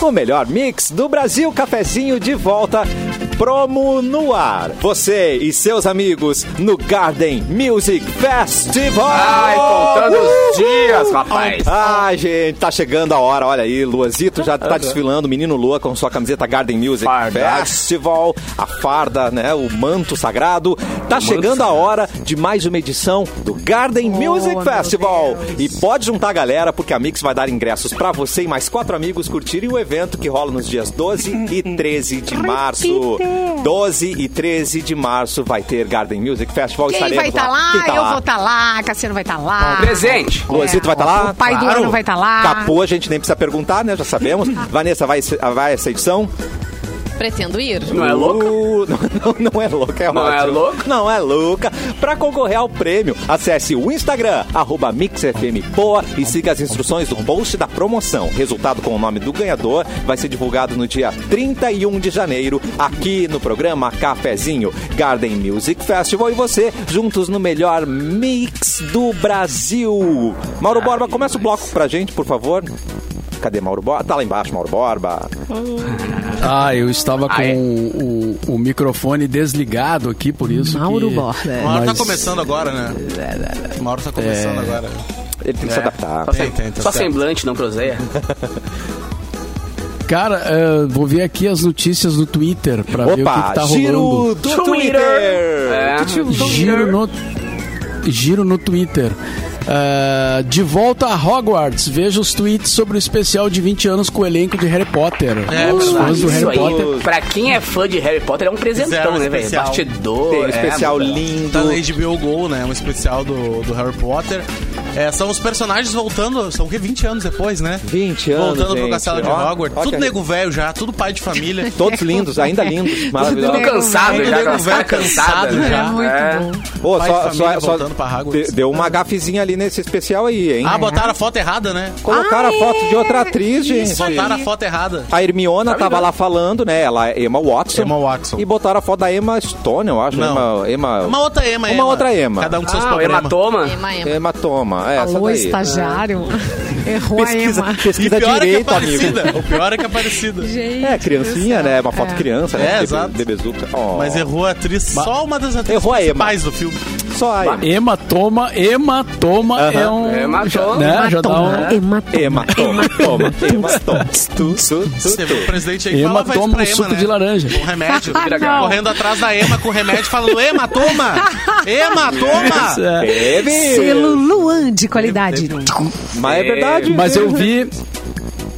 O melhor mix do Brasil, cafezinho de volta. Promo no ar. Você e seus amigos no Garden Music Festival. Ai, contando Ah, os Uhul! dias, rapaz. Ah, gente, tá chegando a hora, olha aí, Luazito já Uhum. tá desfilando, menino Lua com sua camiseta Garden Music Fardaço. Festival, a farda, né, o manto sagrado. Tá chegando a hora de mais uma edição do Garden Music Oh, meu Festival. E pode juntar a galera, porque a Mix vai dar ingressos pra você e mais quatro amigos curtirem o evento que rola nos dias 12 e 13 de março. 12 e 13 de março vai ter Garden Music Festival. Quem estaremos vai estar lá? Quem tá Eu lá? vou estar lá, Cassiano vai estar Ah. lá. Presente. Luazito vai estar lá? É, O pai do ano vai estar lá. Capô, a gente nem precisa perguntar, né? *laughs* Já sabemos. Vanessa, vai, esse- vai essa edição? Pretendo ir. Não é louca? Uh, *laughs* não, não, não é louca, é Não ótimo. é louca? Não é louca. Pra concorrer ao prêmio, acesse o Instagram, arroba MixFMPoa e siga as instruções do post da promoção. Resultado com o nome do ganhador vai ser divulgado no dia 31 de janeiro, aqui no programa Cafezinho Garden Music Festival e você juntos no melhor mix do Brasil. Ah, Mauro Borba, começa o bloco pra gente, por favor. Cadê Mauro Borba? Tá lá embaixo, Mauro Borba. Ah, eu estava Ah, é? com o, o microfone desligado aqui, por isso. Mauro que... Borba. Uma hora tá Mas- começando agora, né? Uma É. hora tá começando agora. Ele tem que se adaptar. Só, sem- Tem, tem, tá É. só certo. semblante, não proseia. Cara, eh, vou ver aqui as notícias do Twitter pra ver o que, que tá rolando. giro do Twitter. É. Giro no, giro no Twitter. Ah, de volta a Hogwarts, veja os tweets sobre o especial de 20 anos com o elenco de Harry Potter. É, os verdade, fãs do Harry Isso aí, Potter. pra quem é fã de Harry Potter, é um Fizeram presentão, um né, velho? especial. Bastidor. Tem um é, especial mano. lindo. Tá na HBO Go, né? Um especial do, do Harry Potter. É, são os personagens voltando, são o quê? 20 anos depois, né? 20 anos, Voltando pro gente. castelo de Ó, Hogwarts. ó tudo que- nego velho já, tudo pai de família. Todos lindos, ainda lindos, Tudo maravilhosos. Nego cansado velho. já, Nego aquelas velho caras cansadas cansado né? já. É muito É. bom. Ô, Pai e só, família só, só voltando pra Hogwarts. de- deu uma gafezinha ali nesse especial aí, hein? ah, botaram a foto errada, né? Colocaram Ah, a foto de outra é. atriz, gente. Isso aí. Botaram a foto errada. A Hermiona tava lá falando, né? Ela é Emma Watson. Emma Watson. E botaram a foto da Emma Stone, eu acho. Não. Emma, Emma... Uma outra Ema, Uma outra Emma. Cada um com seus Ah, o problemas. hematoma. Ema, ema. Emma Toma, é, essa Alô, daí. estagiário. Errou Pesquisa, a Ema. E pesquisa pior é que é direito, amigo. parecida. *laughs* O pior é que é parecida. Gente É, do criancinha, céu. né? Uma foto É. criança, né? É, Bebe- exato. Bebezuca. Ó. Mas errou a atriz, só uma das atrizes Errou a Emma. principais do filme. só. Bah, Hematoma, hematoma Aham. é um. Hematoma. Já, né, já dá um. Hematoma, hematoma. Ema, toma, toma, ema, toma. Tu, tu, tu, Você vê o tu. presidente aí Ema fala, vai toma pra um Ema, suco né? de laranja. Com remédio. *laughs* Ah, não. Correndo atrás da Ema com remédio, falando, Ema, toma! Ema, *laughs* Isso, toma! é. Teve. Selo Luan de qualidade. Mas é verdade. Mas eu vi.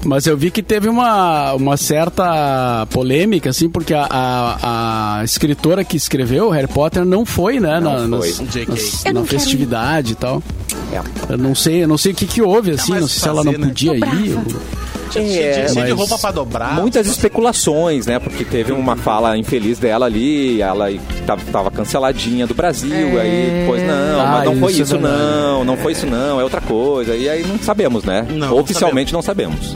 Mas eu vi que teve uma, uma certa polêmica, assim, porque a, a- a escritora que escreveu Harry Potter não foi, né? na, foi. nas- JK. nas- Eu na não quero festividade e tal. É. Eu não sei, eu não sei o que, que houve, assim, mais não o sei que se ela não fazer, né? podia Tô ir. brava. ou- Tinha cheio de é mas- roupa pra dobrar. Muitas especulações, né? Porque teve uma fala infeliz dela ali, ela tava- tava canceladinha do Brasil, aí depois, não, Ah, mas não foi isso é isso, verdade. não, não foi isso, não, é outra coisa. E aí não sabemos, né? Não, Oficialmente não sabemos.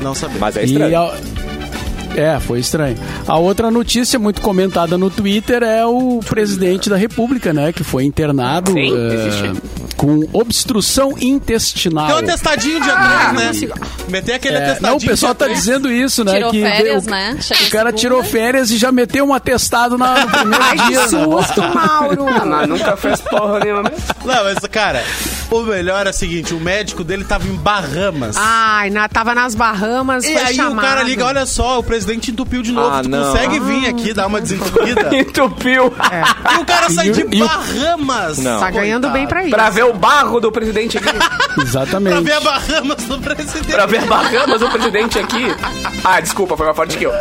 Não sabia. Mas é E estranho. a- É, foi estranho. A outra notícia muito comentada no Twitter é o presidente da República, né? Que foi internado Sim, eh, existe. com obstrução intestinal. Deu um testadinho dia Ah, 3, né? Meter aquele É, atestadinho. não, o pessoal dia tá três. dizendo isso, né? Tirou que férias, o, né? Chega O cara segunda. tirou férias e já meteu um atestado na, no Ai, primeiro que dia. né? susto, Mauro. Ah, mas nunca fez porra nenhuma *laughs* mesmo. Não, mas, cara, o melhor é o seguinte, o médico dele tava em Ah, Bahamas. Ai, na, tava nas Bahamas, E foi aí chamado. o cara liga, olha só, o presidente entupiu de novo, Ah, tu não. consegue vir aqui dar Ah. uma *laughs* desentupida? Entupiu e o cara sai de E o- Bahamas! Não. Tá ganhando bem pra isso. pra ver o barro do presidente aqui. Pra Exatamente. ver a Bahamas do presidente. Pra ver Bahamas do presidente aqui. Ah, desculpa, foi mais forte que eu.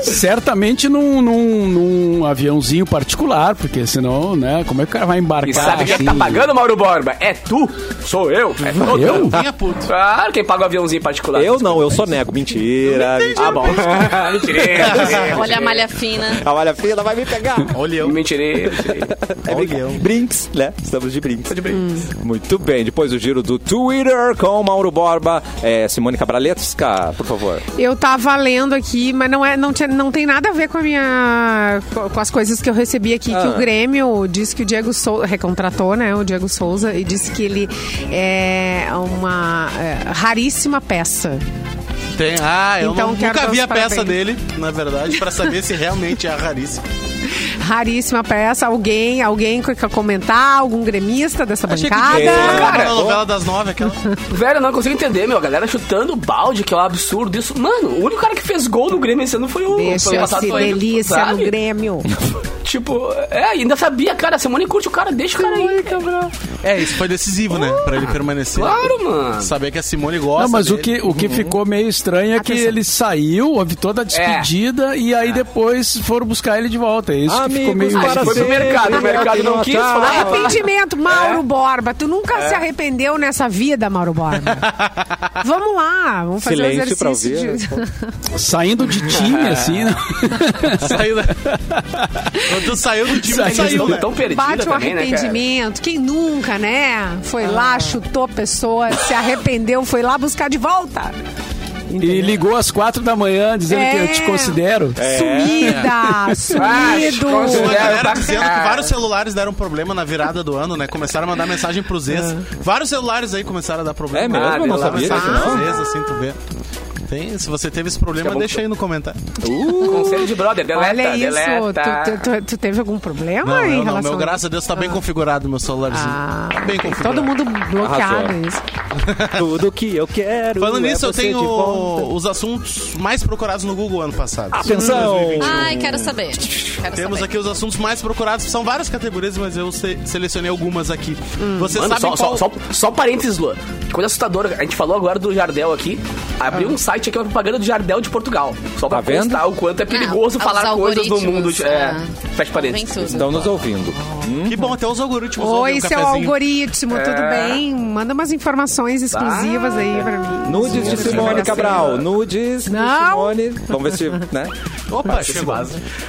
Certamente num, num, num aviãozinho particular, porque senão, né? Como é que o cara vai embarcar? E sabe quem é que tá assim? pagando, Mauro Borba? É tu? Sou eu? É todo Eu? Minha puta. Claro, quem paga o aviããozinho particular. *laughs* Eu não, eu só nego. Mentira. Ah, bom. *laughs* Mentirinha, mentirinha, Olha a malha fina. A *laughs* Olha, filha, vai me pegar. Olha eu. Mentirinha, mentirinha. É brinca- Olha eu. brinks, né? Estamos de brinks. Hum. Muito bem, depois o giro do Twitter com Mauro Borba. É, Simone Cabralesca, por favor. Eu tava lendo aqui, mas não, é, não, tinha- não tem nada a ver com a minha. com- com as coisas que eu recebi aqui. Que Ah. o Grêmio disse que o Diego Souza. recontratou, né? O Diego Souza e disse que ele é uma é, raríssima peça. Tem. Ah, eu Então, não- quero nunca dar vi os a peça parabéns. dele, na verdade, pra saber se realmente é *laughs* raríssimo. Raríssima peça. Alguém, alguém que quer comentar, algum gremista dessa bancada. Tinha colocado Cara, na novela das nove, aquela. Velho, eu não consigo entender, meu. A galera chutando balde, que é um absurdo isso. Mano, o único cara que fez gol no Grêmio esse ano foi o. foi o Deixa passado, se foi ele, delícia no sabe? *laughs* Grêmio. Tipo, é, ainda sabia, cara. A Simone curte o cara, deixa o cara aí. É, isso foi decisivo, né? Pra ele permanecer. Claro, mano. Saber que a Simone gosta. Não, mas o dele. que, o que ficou meio estranho é que ele saiu, houve toda a despedida e aí depois foram buscar ele de volta. É isso que ficou meio para estranho. foi pro mercado, o mercado não quis, falou, falar. ah, Arrependimento, Mauro É. Borba. Tu nunca se arrependeu nessa vida, Mauro *laughs* Borba. vamos lá, vamos fazer um Silêncio pra exercício. ouvir. de- Saindo de time, assim, né? *laughs* Saiu da... Quando saiu do time, Saiu. saiu, saiu né? Tão perdida Bate o também, né, cara? arrependimento. Quem nunca, né? Foi Ah. lá, chutou pessoas, se arrependeu, foi lá buscar de volta. E ligou às quatro da manhã dizendo que eu te É. considero. Sumida, sumido. Ah, Tem uma Zero galera pra dizendo que cara. vários celulares deram problema na virada do ano, né? Começaram a mandar mensagem pros ex. Vários celulares aí começaram a dar problema. É mesmo? Ah, eu não deu lá sabia Mensagem disso, pra não. pros ex, assim, tu vê. Tem, se você teve esse problema, Acabou. deixa aí no comentário. Conselho de brother, deleta, Olha isso. deleta. Tu, tu- tu- tu teve algum problema Não, em eu não. relação Meu, a- graças a Deus, tá bem configurado meu celularzinho. Ah, Tá bem configurado. Todo mundo bloqueado Arrasou. isso. *laughs* Tudo que eu quero. Falando é nisso, eu você tenho Hum. de volta. os assuntos mais procurados no Google ano passado. Atenção! Ai, quero saber. Quero Temos saber. aqui os assuntos mais procurados, são várias categorias, mas eu se- selecionei algumas aqui. Você Mano, sabe só, qual... só, só, só parênteses, Luan. Que coisa assustadora. A gente falou agora do Jardel aqui. Abriu um site aqui, uma propaganda do Jardel de Portugal. Só pra Tá vendo? constar o quanto é perigoso Ah, falar os coisas no mundo. algoritmos, de- É, ah. fecha Vem parênteses. tudo. Estão Então, nos ouvindo. Que bom, até os algoritmos ouvem Oi, um seu cafezinho. algoritmo, É. tudo bem? Manda umas informações Ah. exclusivas aí pra mim. Nudes de Simone Cabral. Nudes de Não. Simone. Vamos ver se. Né? Opa, chegou.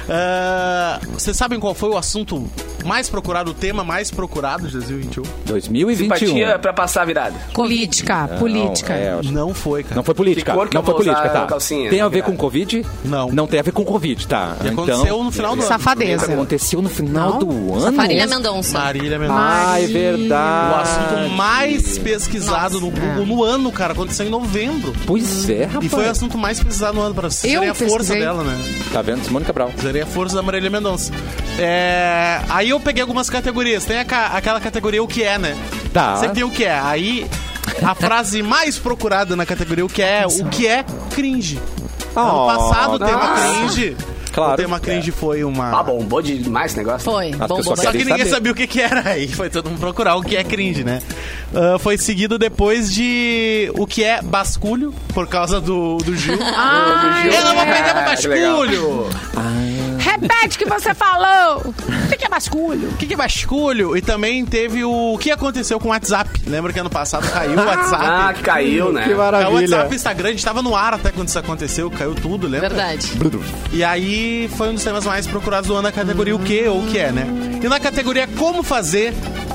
Ah, Vocês sabem qual foi o assunto mais procurado, o tema mais procurado de 2021? 2021. Simpatia pra passar a virada. Política, política. Não, é, eu acho- Não foi, cara. Não foi política. Que cor que não eu foi vou política, usar tá? a calcinha? tem a ver Obrigado. com Covid? Não. Não tem a ver com Covid, tá? E aconteceu no final do é, ano. Safadeza. Aconteceu no final Não? do ano? Marília Mendonça. Marília Mendonça. Ah, é O verdade. assunto é mais pesquisado no Google no ano, cara, aconteceu em novembro. Pois é, E rapaz. foi o assunto mais pesquisado no ano, pra vocês Eu verem a força pesquisei. dela, né? Tá vendo? Simone Cabral. Zerei a força da Marília Mendonça. É, aí eu peguei algumas categorias. Tem a ca- aquela categoria O que é, né? Tá. Sempre tem o que é. Aí a frase mais procurada na categoria O que é, o que é cringe. ano Oh, passado o tema nossa. cringe. Claro. É. O tema cringe foi uma. Ah, bombou demais esse negócio. Foi. As Bom, bom, pessoas bom. Só que Querem ninguém saber. sabia o que, que era. Aí foi todo mundo procurar o que é cringe, né? Ah, foi seguido depois de o que é basculho, por causa do, do *laughs* Gil. Ah. Ai, Eu não vou é. perder pro que legal. basculho! Repete o que você falou. O que que é basculho? O que, que é basculho? E também teve o, o que aconteceu com o WhatsApp. Lembra que ano passado caiu o WhatsApp? Ah, que caiu, né? Que É, o maravilha. WhatsApp e o Instagram, a gente tava no ar até quando isso aconteceu, caiu tudo, lembra? Verdade. E aí foi um dos temas mais procurados do ano na categoria o que ou o que é, né? E na categoria como fazer,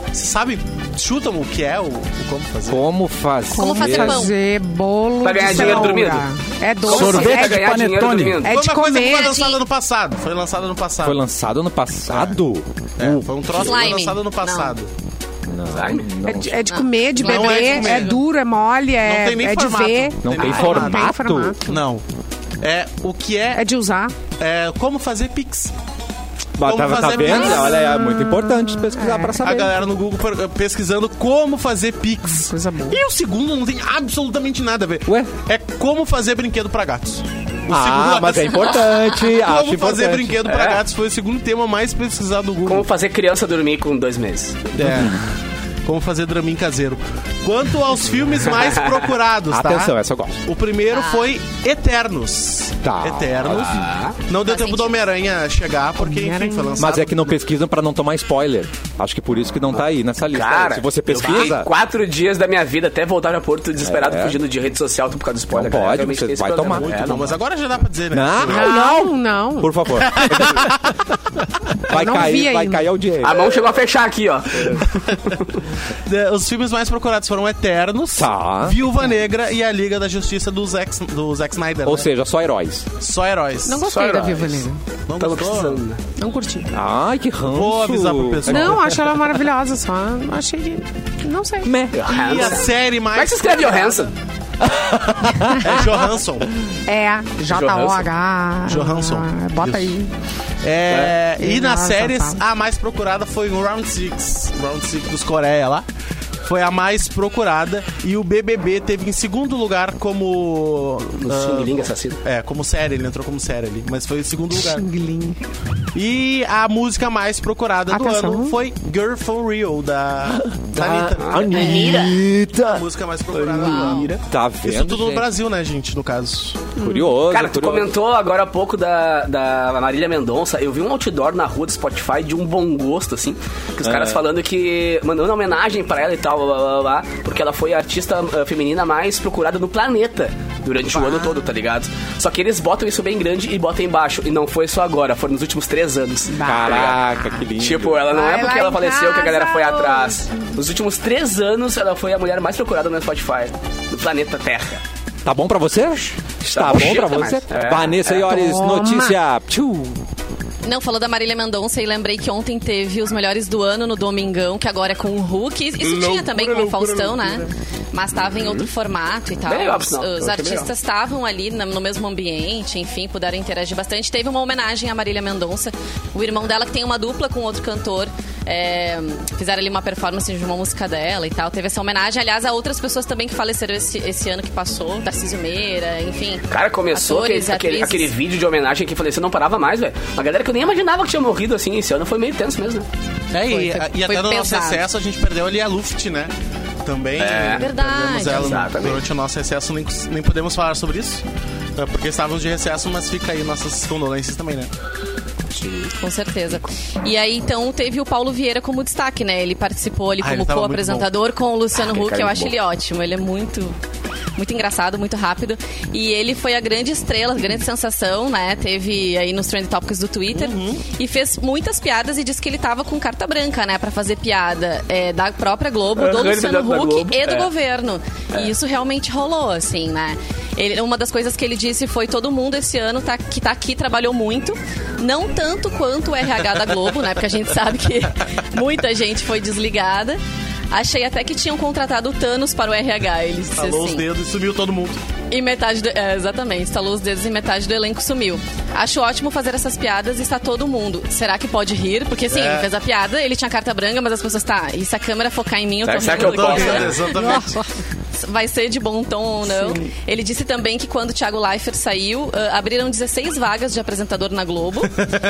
vocês sabem, chutam o que é ou o como fazer? Como fazer? Como fazer pão? Fazer bolo Pra ganhar de dinheiro cenoura. dormindo? É doce. Sorvete é Pra de ganhar dinheiro panetone. dormindo. É foi de uma coisa que comer. foi lançada de- ano passado. Foi lançada ano passado. Foi Uh, lançado ano passado? É, foi um troço que foi Slime. lançado ano Não. passado. Slime? É de, é de comer, de Não é de beber, é, comer. duro, é mole, é, Não tem nem é de formato. ver. Não tem Ah, formato? Não tem formato. Não. É o que É é, de usar. é como fazer pix. Mas Como tá, tá fazer vendo? pix? Olha, é muito importante pesquisar pra A saber. galera no Google per- pesquisando como fazer pix. Coisa boa. E o segundo não tem absolutamente nada a ver. Ué? É como fazer brinquedo pra gatos. O Ah, segundo- mas é importante. acho *laughs* Como fazer importante. É. brinquedo pra gatos foi o segundo tema mais pesquisado do Google. Como fazer criança dormir com dois meses. Uhum. É. Como fazer dramin caseiro. Quanto aos filmes *laughs* mais procurados, tá? Atenção, é. essa eu gosto. O primeiro foi Eternos. Tá. Eternos. Não deu tempo Faz do sentido. Tá Homem-Aranha chegar, porque enfim, foi lançado. Mas é que não pesquisam pra não tomar spoiler. Acho que por isso que não tá aí nessa lista. Cara, Se você eu fiquei pesquisa, quatro dias da minha vida até voltar no Porto desesperado É. fugindo de rede social por causa do spoiler. Não cara. pode, Realmente você tem esse vai problema. tomar. É, Não, não, mas agora já dá pra dizer, né? Não. Sim. Não, não. *laughs* por favor. vai não vi cair, ainda. vai cair ao dinheiro. A mão chegou a fechar aqui, ó. É, Os filmes mais procurados foram Eternos, Tá. Viúva Negra e A Liga da Justiça do Zack, do Zack Snyder. Ou né? seja, só heróis. Só heróis. Não gostei Só da heróis. Viva Negra. Não Tava gostou? precisando. né? Não curti. Ai, que ranço. Vou avisar pro pessoal. Não, acho ela maravilhosa, só achei que... Não sei. E a Johansson. série Como é que mais... se escreve *laughs* né? Johansson? É Johansson. É, J-O-H... Johansson. Bota aí. É, E Sim, nas nossa, séries, tá. a mais procurada foi o Round 6. Round 6 dos Coreia lá. Foi a mais procurada. E o BBB teve em segundo lugar como... No ah, Similinga Assassino. é, como série. Ele entrou como série ali. Mas foi em segundo lugar. Xingling. E a música mais procurada Atenção. do ano foi Girl From Real, *laughs* da, da Anitta. Ah, É A Anitta. música mais procurada do ano. Tá vendo? Isso tudo no gente? Brasil, né, gente, no caso. Curioso. Cara, tu curioso. comentou agora há pouco da, da Marília Mendonça. Eu vi um outdoor na rua do Spotify de um bom gosto, assim. Que os caras falando que. mandando homenagem pra ela e tal, blá, blá, blá, blá, porque ela foi a artista ah, feminina mais procurada no planeta durante o ano todo, tá ligado? Só que eles botam isso bem grande e botam embaixo. E não foi só agora, foi nos últimos três anos. tá ligado? Caraca, que lindo. Tipo, ela não Vai é porque lá ela em faleceu que a galera casa foi hoje. atrás. Nos últimos três anos, ela foi a mulher mais procurada no Spotify, do planeta Terra. Tá bom pra você? Tá bom pra bom, chega você? mais. É. Vanessa Iores, Toma. notícia. Tchau. Não, falou da Marília Mendonça e lembrei que ontem teve os melhores do ano no Domingão, que agora é com o Hulk. Isso tinha também com o Faustão, né? Mas estava em outro formato e tal. Uhum. Bem legal, por os sinal. Eu os achei artistas estavam ali na- no mesmo ambiente, enfim, puderam interagir bastante. Teve uma homenagem à Marília Mendonça, o irmão dela que tem uma dupla com outro cantor. é, fizeram ali uma performance de uma música dela e tal. Teve essa homenagem, aliás, a outras pessoas também que faleceram esse, esse ano que passou, Tarcísio Meira, enfim. Cara, começou Atores, aquele, atrizes. aquele, aquele vídeo de homenagem que eu falei, você não parava mais, velho. Uma galera que eu nem imaginava que tinha morrido assim esse ano foi meio tenso mesmo. né? É, e, Foi- foi- e até foi no nosso pesado. excesso a gente perdeu ali a Luft, né? Também. é, né? Verdade. Perdemos ela no- Exatamente. durante o nosso excesso, nem, nem podemos falar sobre isso. é, Porque estávamos de recesso, mas fica aí nossas condolências também, né? Com certeza. E aí, então, teve o Paulo Vieira como destaque, né? Ele participou ali Ah, ele como tava muito co-apresentador com o Luciano aquele Huck. cara é Eu muito acho bom. ele ótimo. Ele é muito. Muito engraçado, muito rápido. E ele foi a grande estrela, a grande sensação, né? Teve aí nos Trend Topics do Twitter. Uhum. E fez muitas piadas e disse que ele tava com carta branca, né? Pra fazer piada é, da própria Globo, do Aham, ele Luciano da Huck Globo, e do é. governo. É. E isso realmente rolou, assim, né? Ele, uma das coisas que ele disse foi todo mundo esse ano tá, que tá aqui trabalhou muito, não *laughs* tanto quanto o RH da Globo, né? Porque a gente sabe que muita gente foi desligada. Achei até que tinham contratado o Thanos para o RH. Ele disse Falou os assim. dedos e sumiu todo mundo. E metade do, é, exatamente, estalou os dedos e metade do elenco sumiu. Acho ótimo fazer essas piadas e está todo mundo. Será que pode rir? Porque assim, É. ele fez a piada, ele tinha carta branca, mas as pessoas, tá, e se a câmera focar em mim, eu tô Será- será que rindo eu daqui, posso, né? né? Exatamente. *laughs* vai ser de bom tom ou não. Ele disse também que quando o Thiago Leifert saiu, ah, abriram 16 vagas de apresentador na *laughs* Globo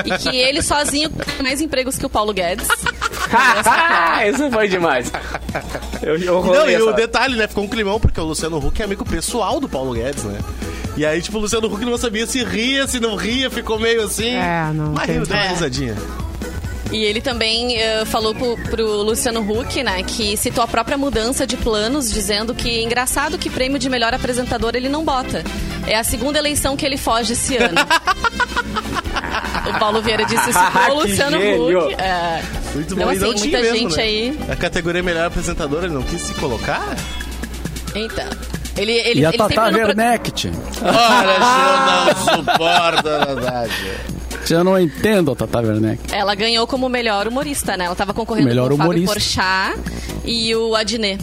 e que ele sozinho tem mais empregos que o Paulo Guedes. *laughs* Isso foi demais. Eu, eu rolei Não, e o essa. detalhe, né? Ficou um climão, porque o Luciano Huck é amigo pessoal do Paulo Guedes, né? E aí, tipo, o Luciano Huck não sabia se ria, se não ria, ficou meio assim. É, não Mas tem- riu, deu uma É. risadinha. E ele também eh, falou pro, pro Luciano Huck, né, que citou a própria mudança de planos, dizendo que engraçado que prêmio de melhor apresentador ele não bota. É a segunda eleição que ele foge esse *laughs* ano. o Paulo Vieira disse isso pro *laughs* Que Luciano gênio. Huck. É. Muito Então, bom. e um assim, não tinha muita mesmo, gente né? aí. A categoria melhor apresentadora, ele não quis se colocar? Então. Ele, ele, E a ele sempre Tata no pro- Werneck, tia. Ora, eu não suporta, a verdade. Já não entendo a Tata Werneck. Ela ganhou como melhor humorista, né? Ela tava concorrendo Melhor com o Fábio humorista. Porchat e o Adnet.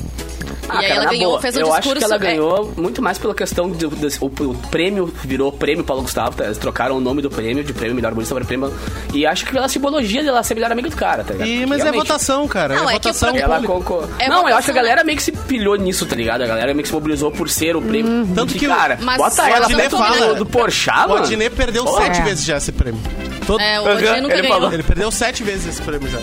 Ah, e aí cara, ela na ganhou, boa, fez um eu discurso. acho que ela é, ganhou muito mais pela questão do, desse- o, o prêmio virou prêmio Paulo Gustavo, tá? eles trocaram o nome do prêmio de prêmio melhor bonita para prêmio e acho que pela simbologia dela ser melhor amiga do cara, tá ligado? E, mas é Realmente, votação, cara. Não, é, é que votação. pro- Ela pública. concor... É Não, eu votação, acho que a galera meio que se pilhou nisso, tá ligado? A galera meio que se mobilizou por ser o prêmio. Tanto que o- cara, Uhum. Mas bota o ela Adnet perto fala- do, do Porchat, O mano. Ah, Adnet perdeu Pô, sete é. vezes já esse prêmio. Todo... É, o Adnet nunca Uhum. ele ganhou. falou. Ele perdeu sete vezes esse prêmio já.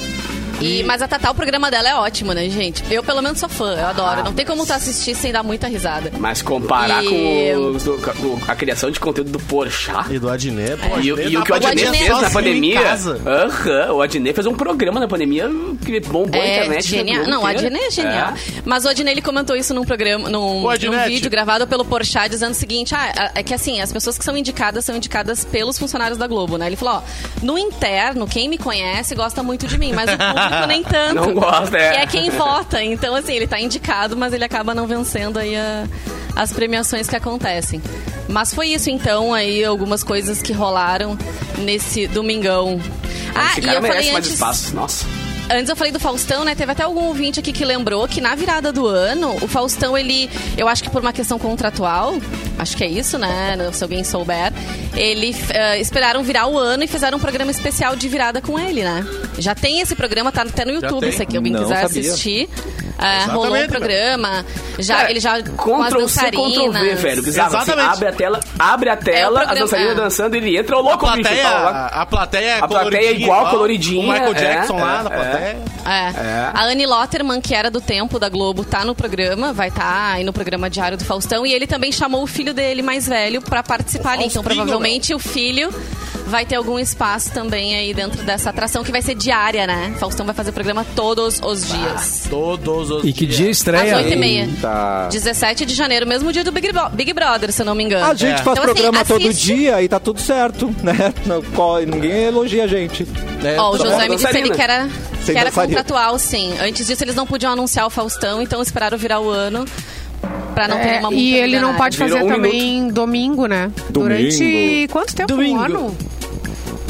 E, mas a Tatá, o programa dela é ótimo, né, gente? Eu, pelo menos, sou fã. Eu adoro. Não tem como tu assistir sem dar muita risada. Mas comparar E- com, os do- com a criação de conteúdo do Porchat... E do Adnet, É. pô, E, o- Adnet e o dá que o pra Adnet ver Adnet fez na sozinho pandemia. em casa. Aham, o Adnet fez um programa na pandemia que bombou a É internet. né, genial. Não, o Adnet é genial. Mas o Adnet, ele comentou isso num programa, num, Ô, num é Adnet. vídeo gravado pelo Porchat, dizendo o seguinte, ah, é que assim, as pessoas que são indicadas, são indicadas pelos funcionários da Globo, né? Ele falou, ó, no interno, quem me conhece gosta muito de mim, mas o público *laughs* nem tanto. Não gosta, é. Que é quem vota. Então, assim, ele tá indicado, mas ele acaba não vencendo aí a- as premiações que acontecem. Mas foi isso, então, aí algumas coisas que rolaram nesse domingão. Ah, Esse cara eu merece falei mais antes- espaço. Nossa. Antes eu falei do Faustão, né? Teve até algum ouvinte aqui que lembrou que na virada do ano, o Faustão, ele, eu acho que por uma questão contratual, acho que é isso, né? Se alguém souber, ele eh, esperaram virar o ano e fizeram um programa especial de virada com ele, né? Já tem esse programa, tá até no YouTube, se aqui alguém Não quiser sabia. assistir. Ah, rolou um Exatamente, programa, já, Cara, Ah, ele já com as Ctrl C, Ctrl V, dançarinas. velho. Bizarro. Assim, Exatamente. abre a tela, abre a tela, programa- as dançarinas é. dançando, ele entra, o A louco, bicho. plateia, tá lá. a plateia é A plateia é coloridinha igual, e tal. coloridinha, O Michael é, Jackson lá é, na é. plateia. É. É. A Anne Lotterman, que era do tempo da Globo, tá no programa, vai estar aí no programa Diário do Faustão. E ele também chamou o filho dele mais velho pra participar ali. Então, Faustinho, provavelmente, o filho vai ter algum espaço também aí dentro dessa atração, que vai ser diária, né? Faustão vai fazer programa todos os dias. Todos os E que dia estreia? Às 8h30. Eita. 17 de janeiro, mesmo dia do Big, Bro- Big Brother, se eu não me engano. A Ah, gente É. faz Então, assim, programa todo assiste. dia e tá tudo certo, *laughs* né? Não, qual- Ninguém elogia a gente. É, Ó, o Só José com me disse ali dançarina. que era, que Sem era dançarina. contratual, sim. Antes disso, eles não podiam anunciar o Faustão, então esperaram virar o ano pra não ter uma multa É, e ele não milionária. né? pode fazer Virou um também domingo, né? Durante quanto tempo? Um Domingo. ano?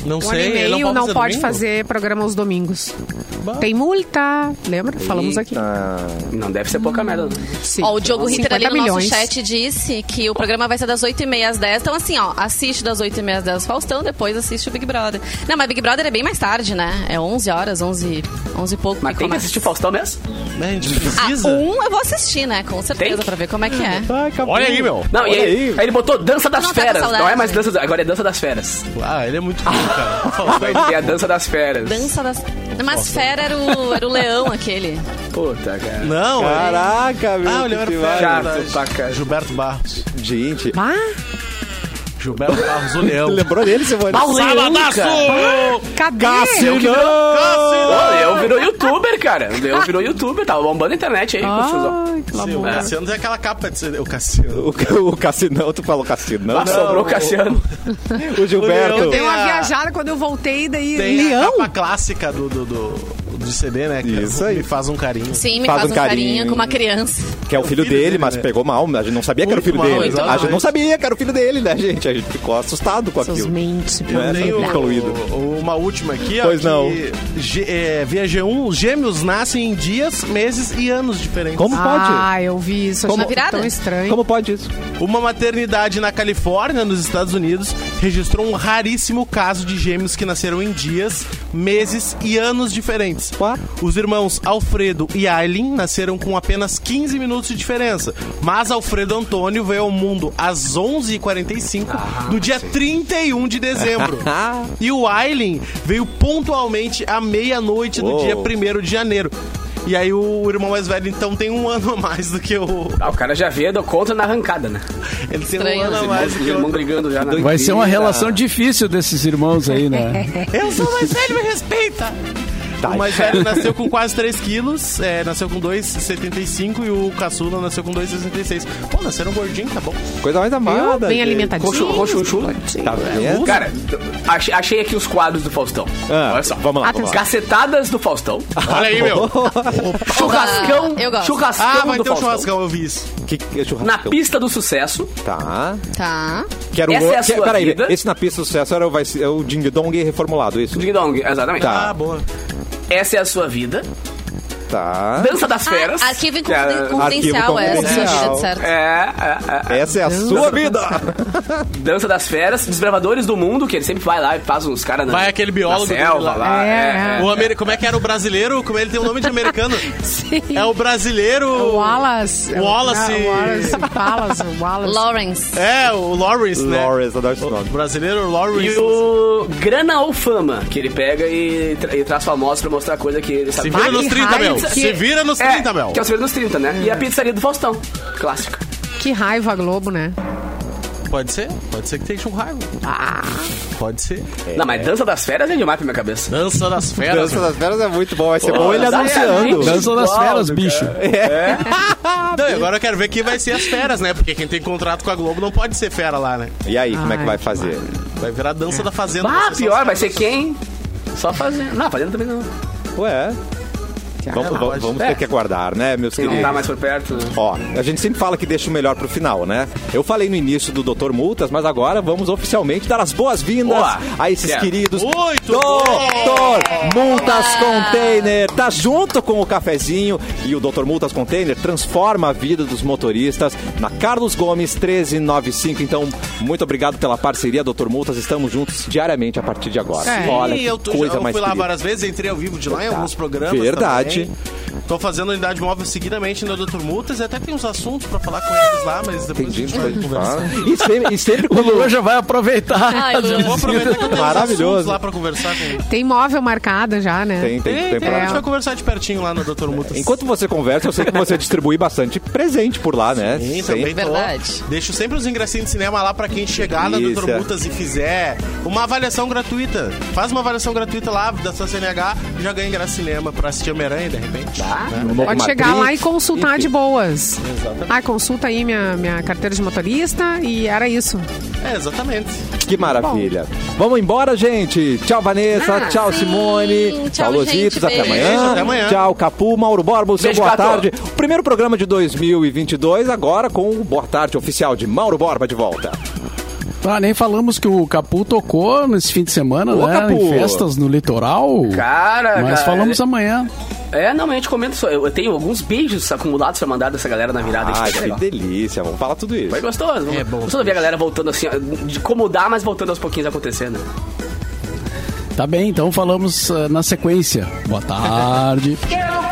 não Um ano e sei, ele é meio não, fazer pode domingo? fazer programa aos domingos. Tem multa, lembra? Falamos aqui. Não deve ser Hum. pouca merda. né? não. Sim. Ó, o Diogo Ritter 50 ali no milhões. nosso chat disse que o programa vai ser das 8h30 às 10 Então, assim, ó, assiste das 8h30 às 10 Faustão, depois assiste o Big Brother. Não, mas Big Brother é bem mais tarde, né? É 11 horas, 11, 11 e pouco. Mas que tem que começa. assistir Faustão mesmo? É, a gente Ah, precisa. um eu vou assistir, né? Com certeza, que. pra ver como é que é. Uhum. Ai, acabou. Olha aí, meu. Não, e Olha aí, aí. aí ele botou Dança das Não tá com Feras. saudade, Não é mais né? Dança das... Agora é Dança das Feras. Ah, ele é muito bom, cara. Fala, vai. *laughs* Vai ter a Dança das Feras. Dança das. Mas fera era o, era o leão aquele. Puta, cara. Não, ele- Caraca, meu. Ah, o que Leão era demais. fera, Chato verdade. pra caralho. Gilberto Barros. Gente, Ah, Gilberto *laughs* Barros, o Leão. lembrou dele, Simone? Paulo Sabadaço! cadê? Ô, Cassino! O Leão virou youtuber, cara. O Leão virou youtuber, tava bombando a internet Ah. aí. com seus- Ai, pelo Sim, o amor. Cassiano tem aquela capa de ser... O Cassiano. O, o Cassinão, tu falou Cassinão? Ah, sobrou o Cassiano. O Gilberto. O Leão Deu uma Tem a- viajada quando eu voltei, daí. Tem a Leão? capa clássica do... do, do- de CD, né? cara? Isso aí. Me faz um carinho. Sim, me Faz faz, um um carinho. carinho, com uma criança. Que é o filho filho dele, dele, mas né? pegou mal. A gente não sabia que era o filho Muito mal, dele. A gente não exatamente. sabia que era o filho dele, né, gente? A gente ficou assustado com Seus aquilo. mentes, É, Tem Muito o- poluído. o- uma última aqui, ó. Pois que não. G- é, via G1, os gêmeos nascem em dias, meses e anos diferentes. Como pode? Ah, eu vi isso. Como- Como... Virada? Tão estranho. Como pode isso? Uma maternidade na Califórnia, nos Estados Unidos, registrou um raríssimo caso de gêmeos que nasceram em dias, meses e anos diferentes. Uá. Os irmãos Alfredo e Aileen nasceram com apenas 15 minutos de diferença, mas Alfredo Antônio veio ao mundo às 11h45 do dia 31 de dezembro. e o Aileen veio pontualmente à meia-noite do Uou. dia 1 de janeiro. E aí o irmão mais velho, então, tem um ano a mais do que o... Ah, o cara já vê, deu conta na arrancada, né? Ele tem Estranho, um ano né? a Os mais irmãos, do os que o irmãos brigando já. né? Vai ser uma relação difícil desses irmãos aí, *laughs* né? Eu sou mais velho, me respeita! O mais velho nasceu com quase 3 quilos, é, nasceu com 2,75 e o caçula nasceu com 2,66. Pô, nasceram gordinhos, tá bom? Coisa mais Eu, amada. bem gente. alimentadinho. Roxo, roxo, chulo. Tá vendo? né? Cara, achei, achei aqui os quadros do Faustão. Ah, Olha só. Vamos lá, Atenção. vamos lá. Cacetadas do Faustão. Olha aí, meu. Churrascão. eu gosto. Churrascão Ah, vai do ter um Faustão. churrascão, eu vi isso. Que, que churrascão. Na pista do sucesso. Tá. Tá. Quero Essa é a sua Peraí, vida? esse na pista do sucesso era o, vai, ser- é o Ding Dong reformulado, isso? Ding Dong, exatamente. Tá. Ah, boa. Essa é a sua vida. Tá. Dança das Feras. Ah, arquivo que é- confidencial, é, essa confidencial. é a sua vida, certo? É, é, é, Essa é a *laughs* sua vida. é. Dança das Feras, Desbravadores do Mundo, que ele sempre vai lá e faz uns caras na Vai aquele biólogo na dele selva lá. lá. É, É, O amer... Como é que era o brasileiro? Como ele tem o nome de *laughs* americano? É o brasileiro. O Wallace. Wallace. Ah, Wallace. Wallace. Wallace. Lawrence. É, o Lawrence, né? Lawrence, adoro esse O nome. brasileiro Lawrence. E o Grana ou Fama, que ele pega e, tra- e traz famosos pra mostrar coisa que ele Se sabe. vira nos 30, Heinz, Mel. que- Se vira nos É, 30, Mel. Que é o Segredo dos 30, né? E a pizzaria do Faustão. Clássico. Que raiva a Globo, né? Pode ser, pode ser que tenha churrasco. Ah. Pode ser. Não, mas Dança das Feras é demais pra minha cabeça. Dança das feras. Dança das Feras é muito bom, vai ser bom ele Dança- anunciando. Dança das Igual, feras, bicho. Não, e É, agora eu quero ver quem vai ser as feras, né? Porque quem tem contrato com a Globo não pode ser fera lá, né? E aí, como é que Ai, vai que fazer? Vai virar dança É. da fazenda. Ah, ser só pior, as vai ser feras. quem? Só fazendo. Não, fazendo também não. Ué. Vamos, vamos, vamos ter que aguardar, né, meus Quem não queridos? tá mais por perto. Ó, a gente sempre fala que deixa o melhor pro final, né? Eu falei no início do Doutor Multas, mas agora vamos oficialmente dar as boas-vindas Boa. a esses Yeah. queridos. Muito Doutor Multas Container tá junto com o cafezinho e o Doutor Multas Container transforma a vida dos motoristas na Carlos Gomes 1395. Então, muito obrigado pela parceria, Doutor Multas. Estamos juntos diariamente a partir de agora. É. Olha, Sim, que eu, tô- coisa eu mais fui lá querida. Tá. várias vezes, entrei ao vivo de lá em alguns programas. Verdade. Também. Tô fazendo unidade móvel seguidamente no Dr. Multas e até tem uns assuntos pra falar com eles lá, mas depois Entendi, Tá. a gente vai depois conversar. fala. E sempre, e *laughs* sempre O com Luan já vai É, aproveitar. Ai, as Luan. Eu vou visitas. aproveitar que eu tenho uns Maravilhoso. assuntos lá pra conversar com eles. Tem móvel marcado já, né? Tem, tem, tem, a gente pra- vai conversar de pertinho lá no Dr. Multas. Enquanto você conversa, eu sei que você distribui bastante presente por lá, né? Sim, Sempre. também tô. Verdade. Deixo sempre os ingressinhos de cinema lá pra quem chegar na Delícia. Doutor Multas e fizer uma avaliação gratuita. Faz uma avaliação gratuita lá da sua CNH e já ganha ingresso de cinema pra assistir Homem-Aranha, de repente. Tá. Né? No novo Pode chegar Matrix. lá e consultar de Enfim. boas. Ah, consulta aí minha, minha carteira de motorista e era isso. É, exatamente. Que maravilha. Vamos embora, gente. Tchau, Vanessa. Ah, tchau, sim. Simone. Tchau, Tchau, Lositos. gente. Até Beijo. amanhã. Até amanhã. Tchau, Capu. Mauro Borba, o seu Beijo, Boa Capu. Tarde. O primeiro programa de 2022, agora com o Boa Tarde oficial de Mauro Borba de volta. Tá, nem falamos que o Capu tocou nesse fim de semana, Ô, né? Capu. Em festas no litoral. Cara, Mas cara, falamos ele- amanhã. É, não, mas a gente comenta só. Eu eu tenho alguns beijos acumulados pra mandar dessa galera na Ai, virada. Isso é Ah, que legal. delícia. Vamos falar tudo isso. Foi gostoso. É bom. Gostoso ver a galera voltando assim, ó, de como dá, mas voltando aos pouquinhos acontecendo. Tá bem, então falamos ah, na sequência. Boa tarde. Eu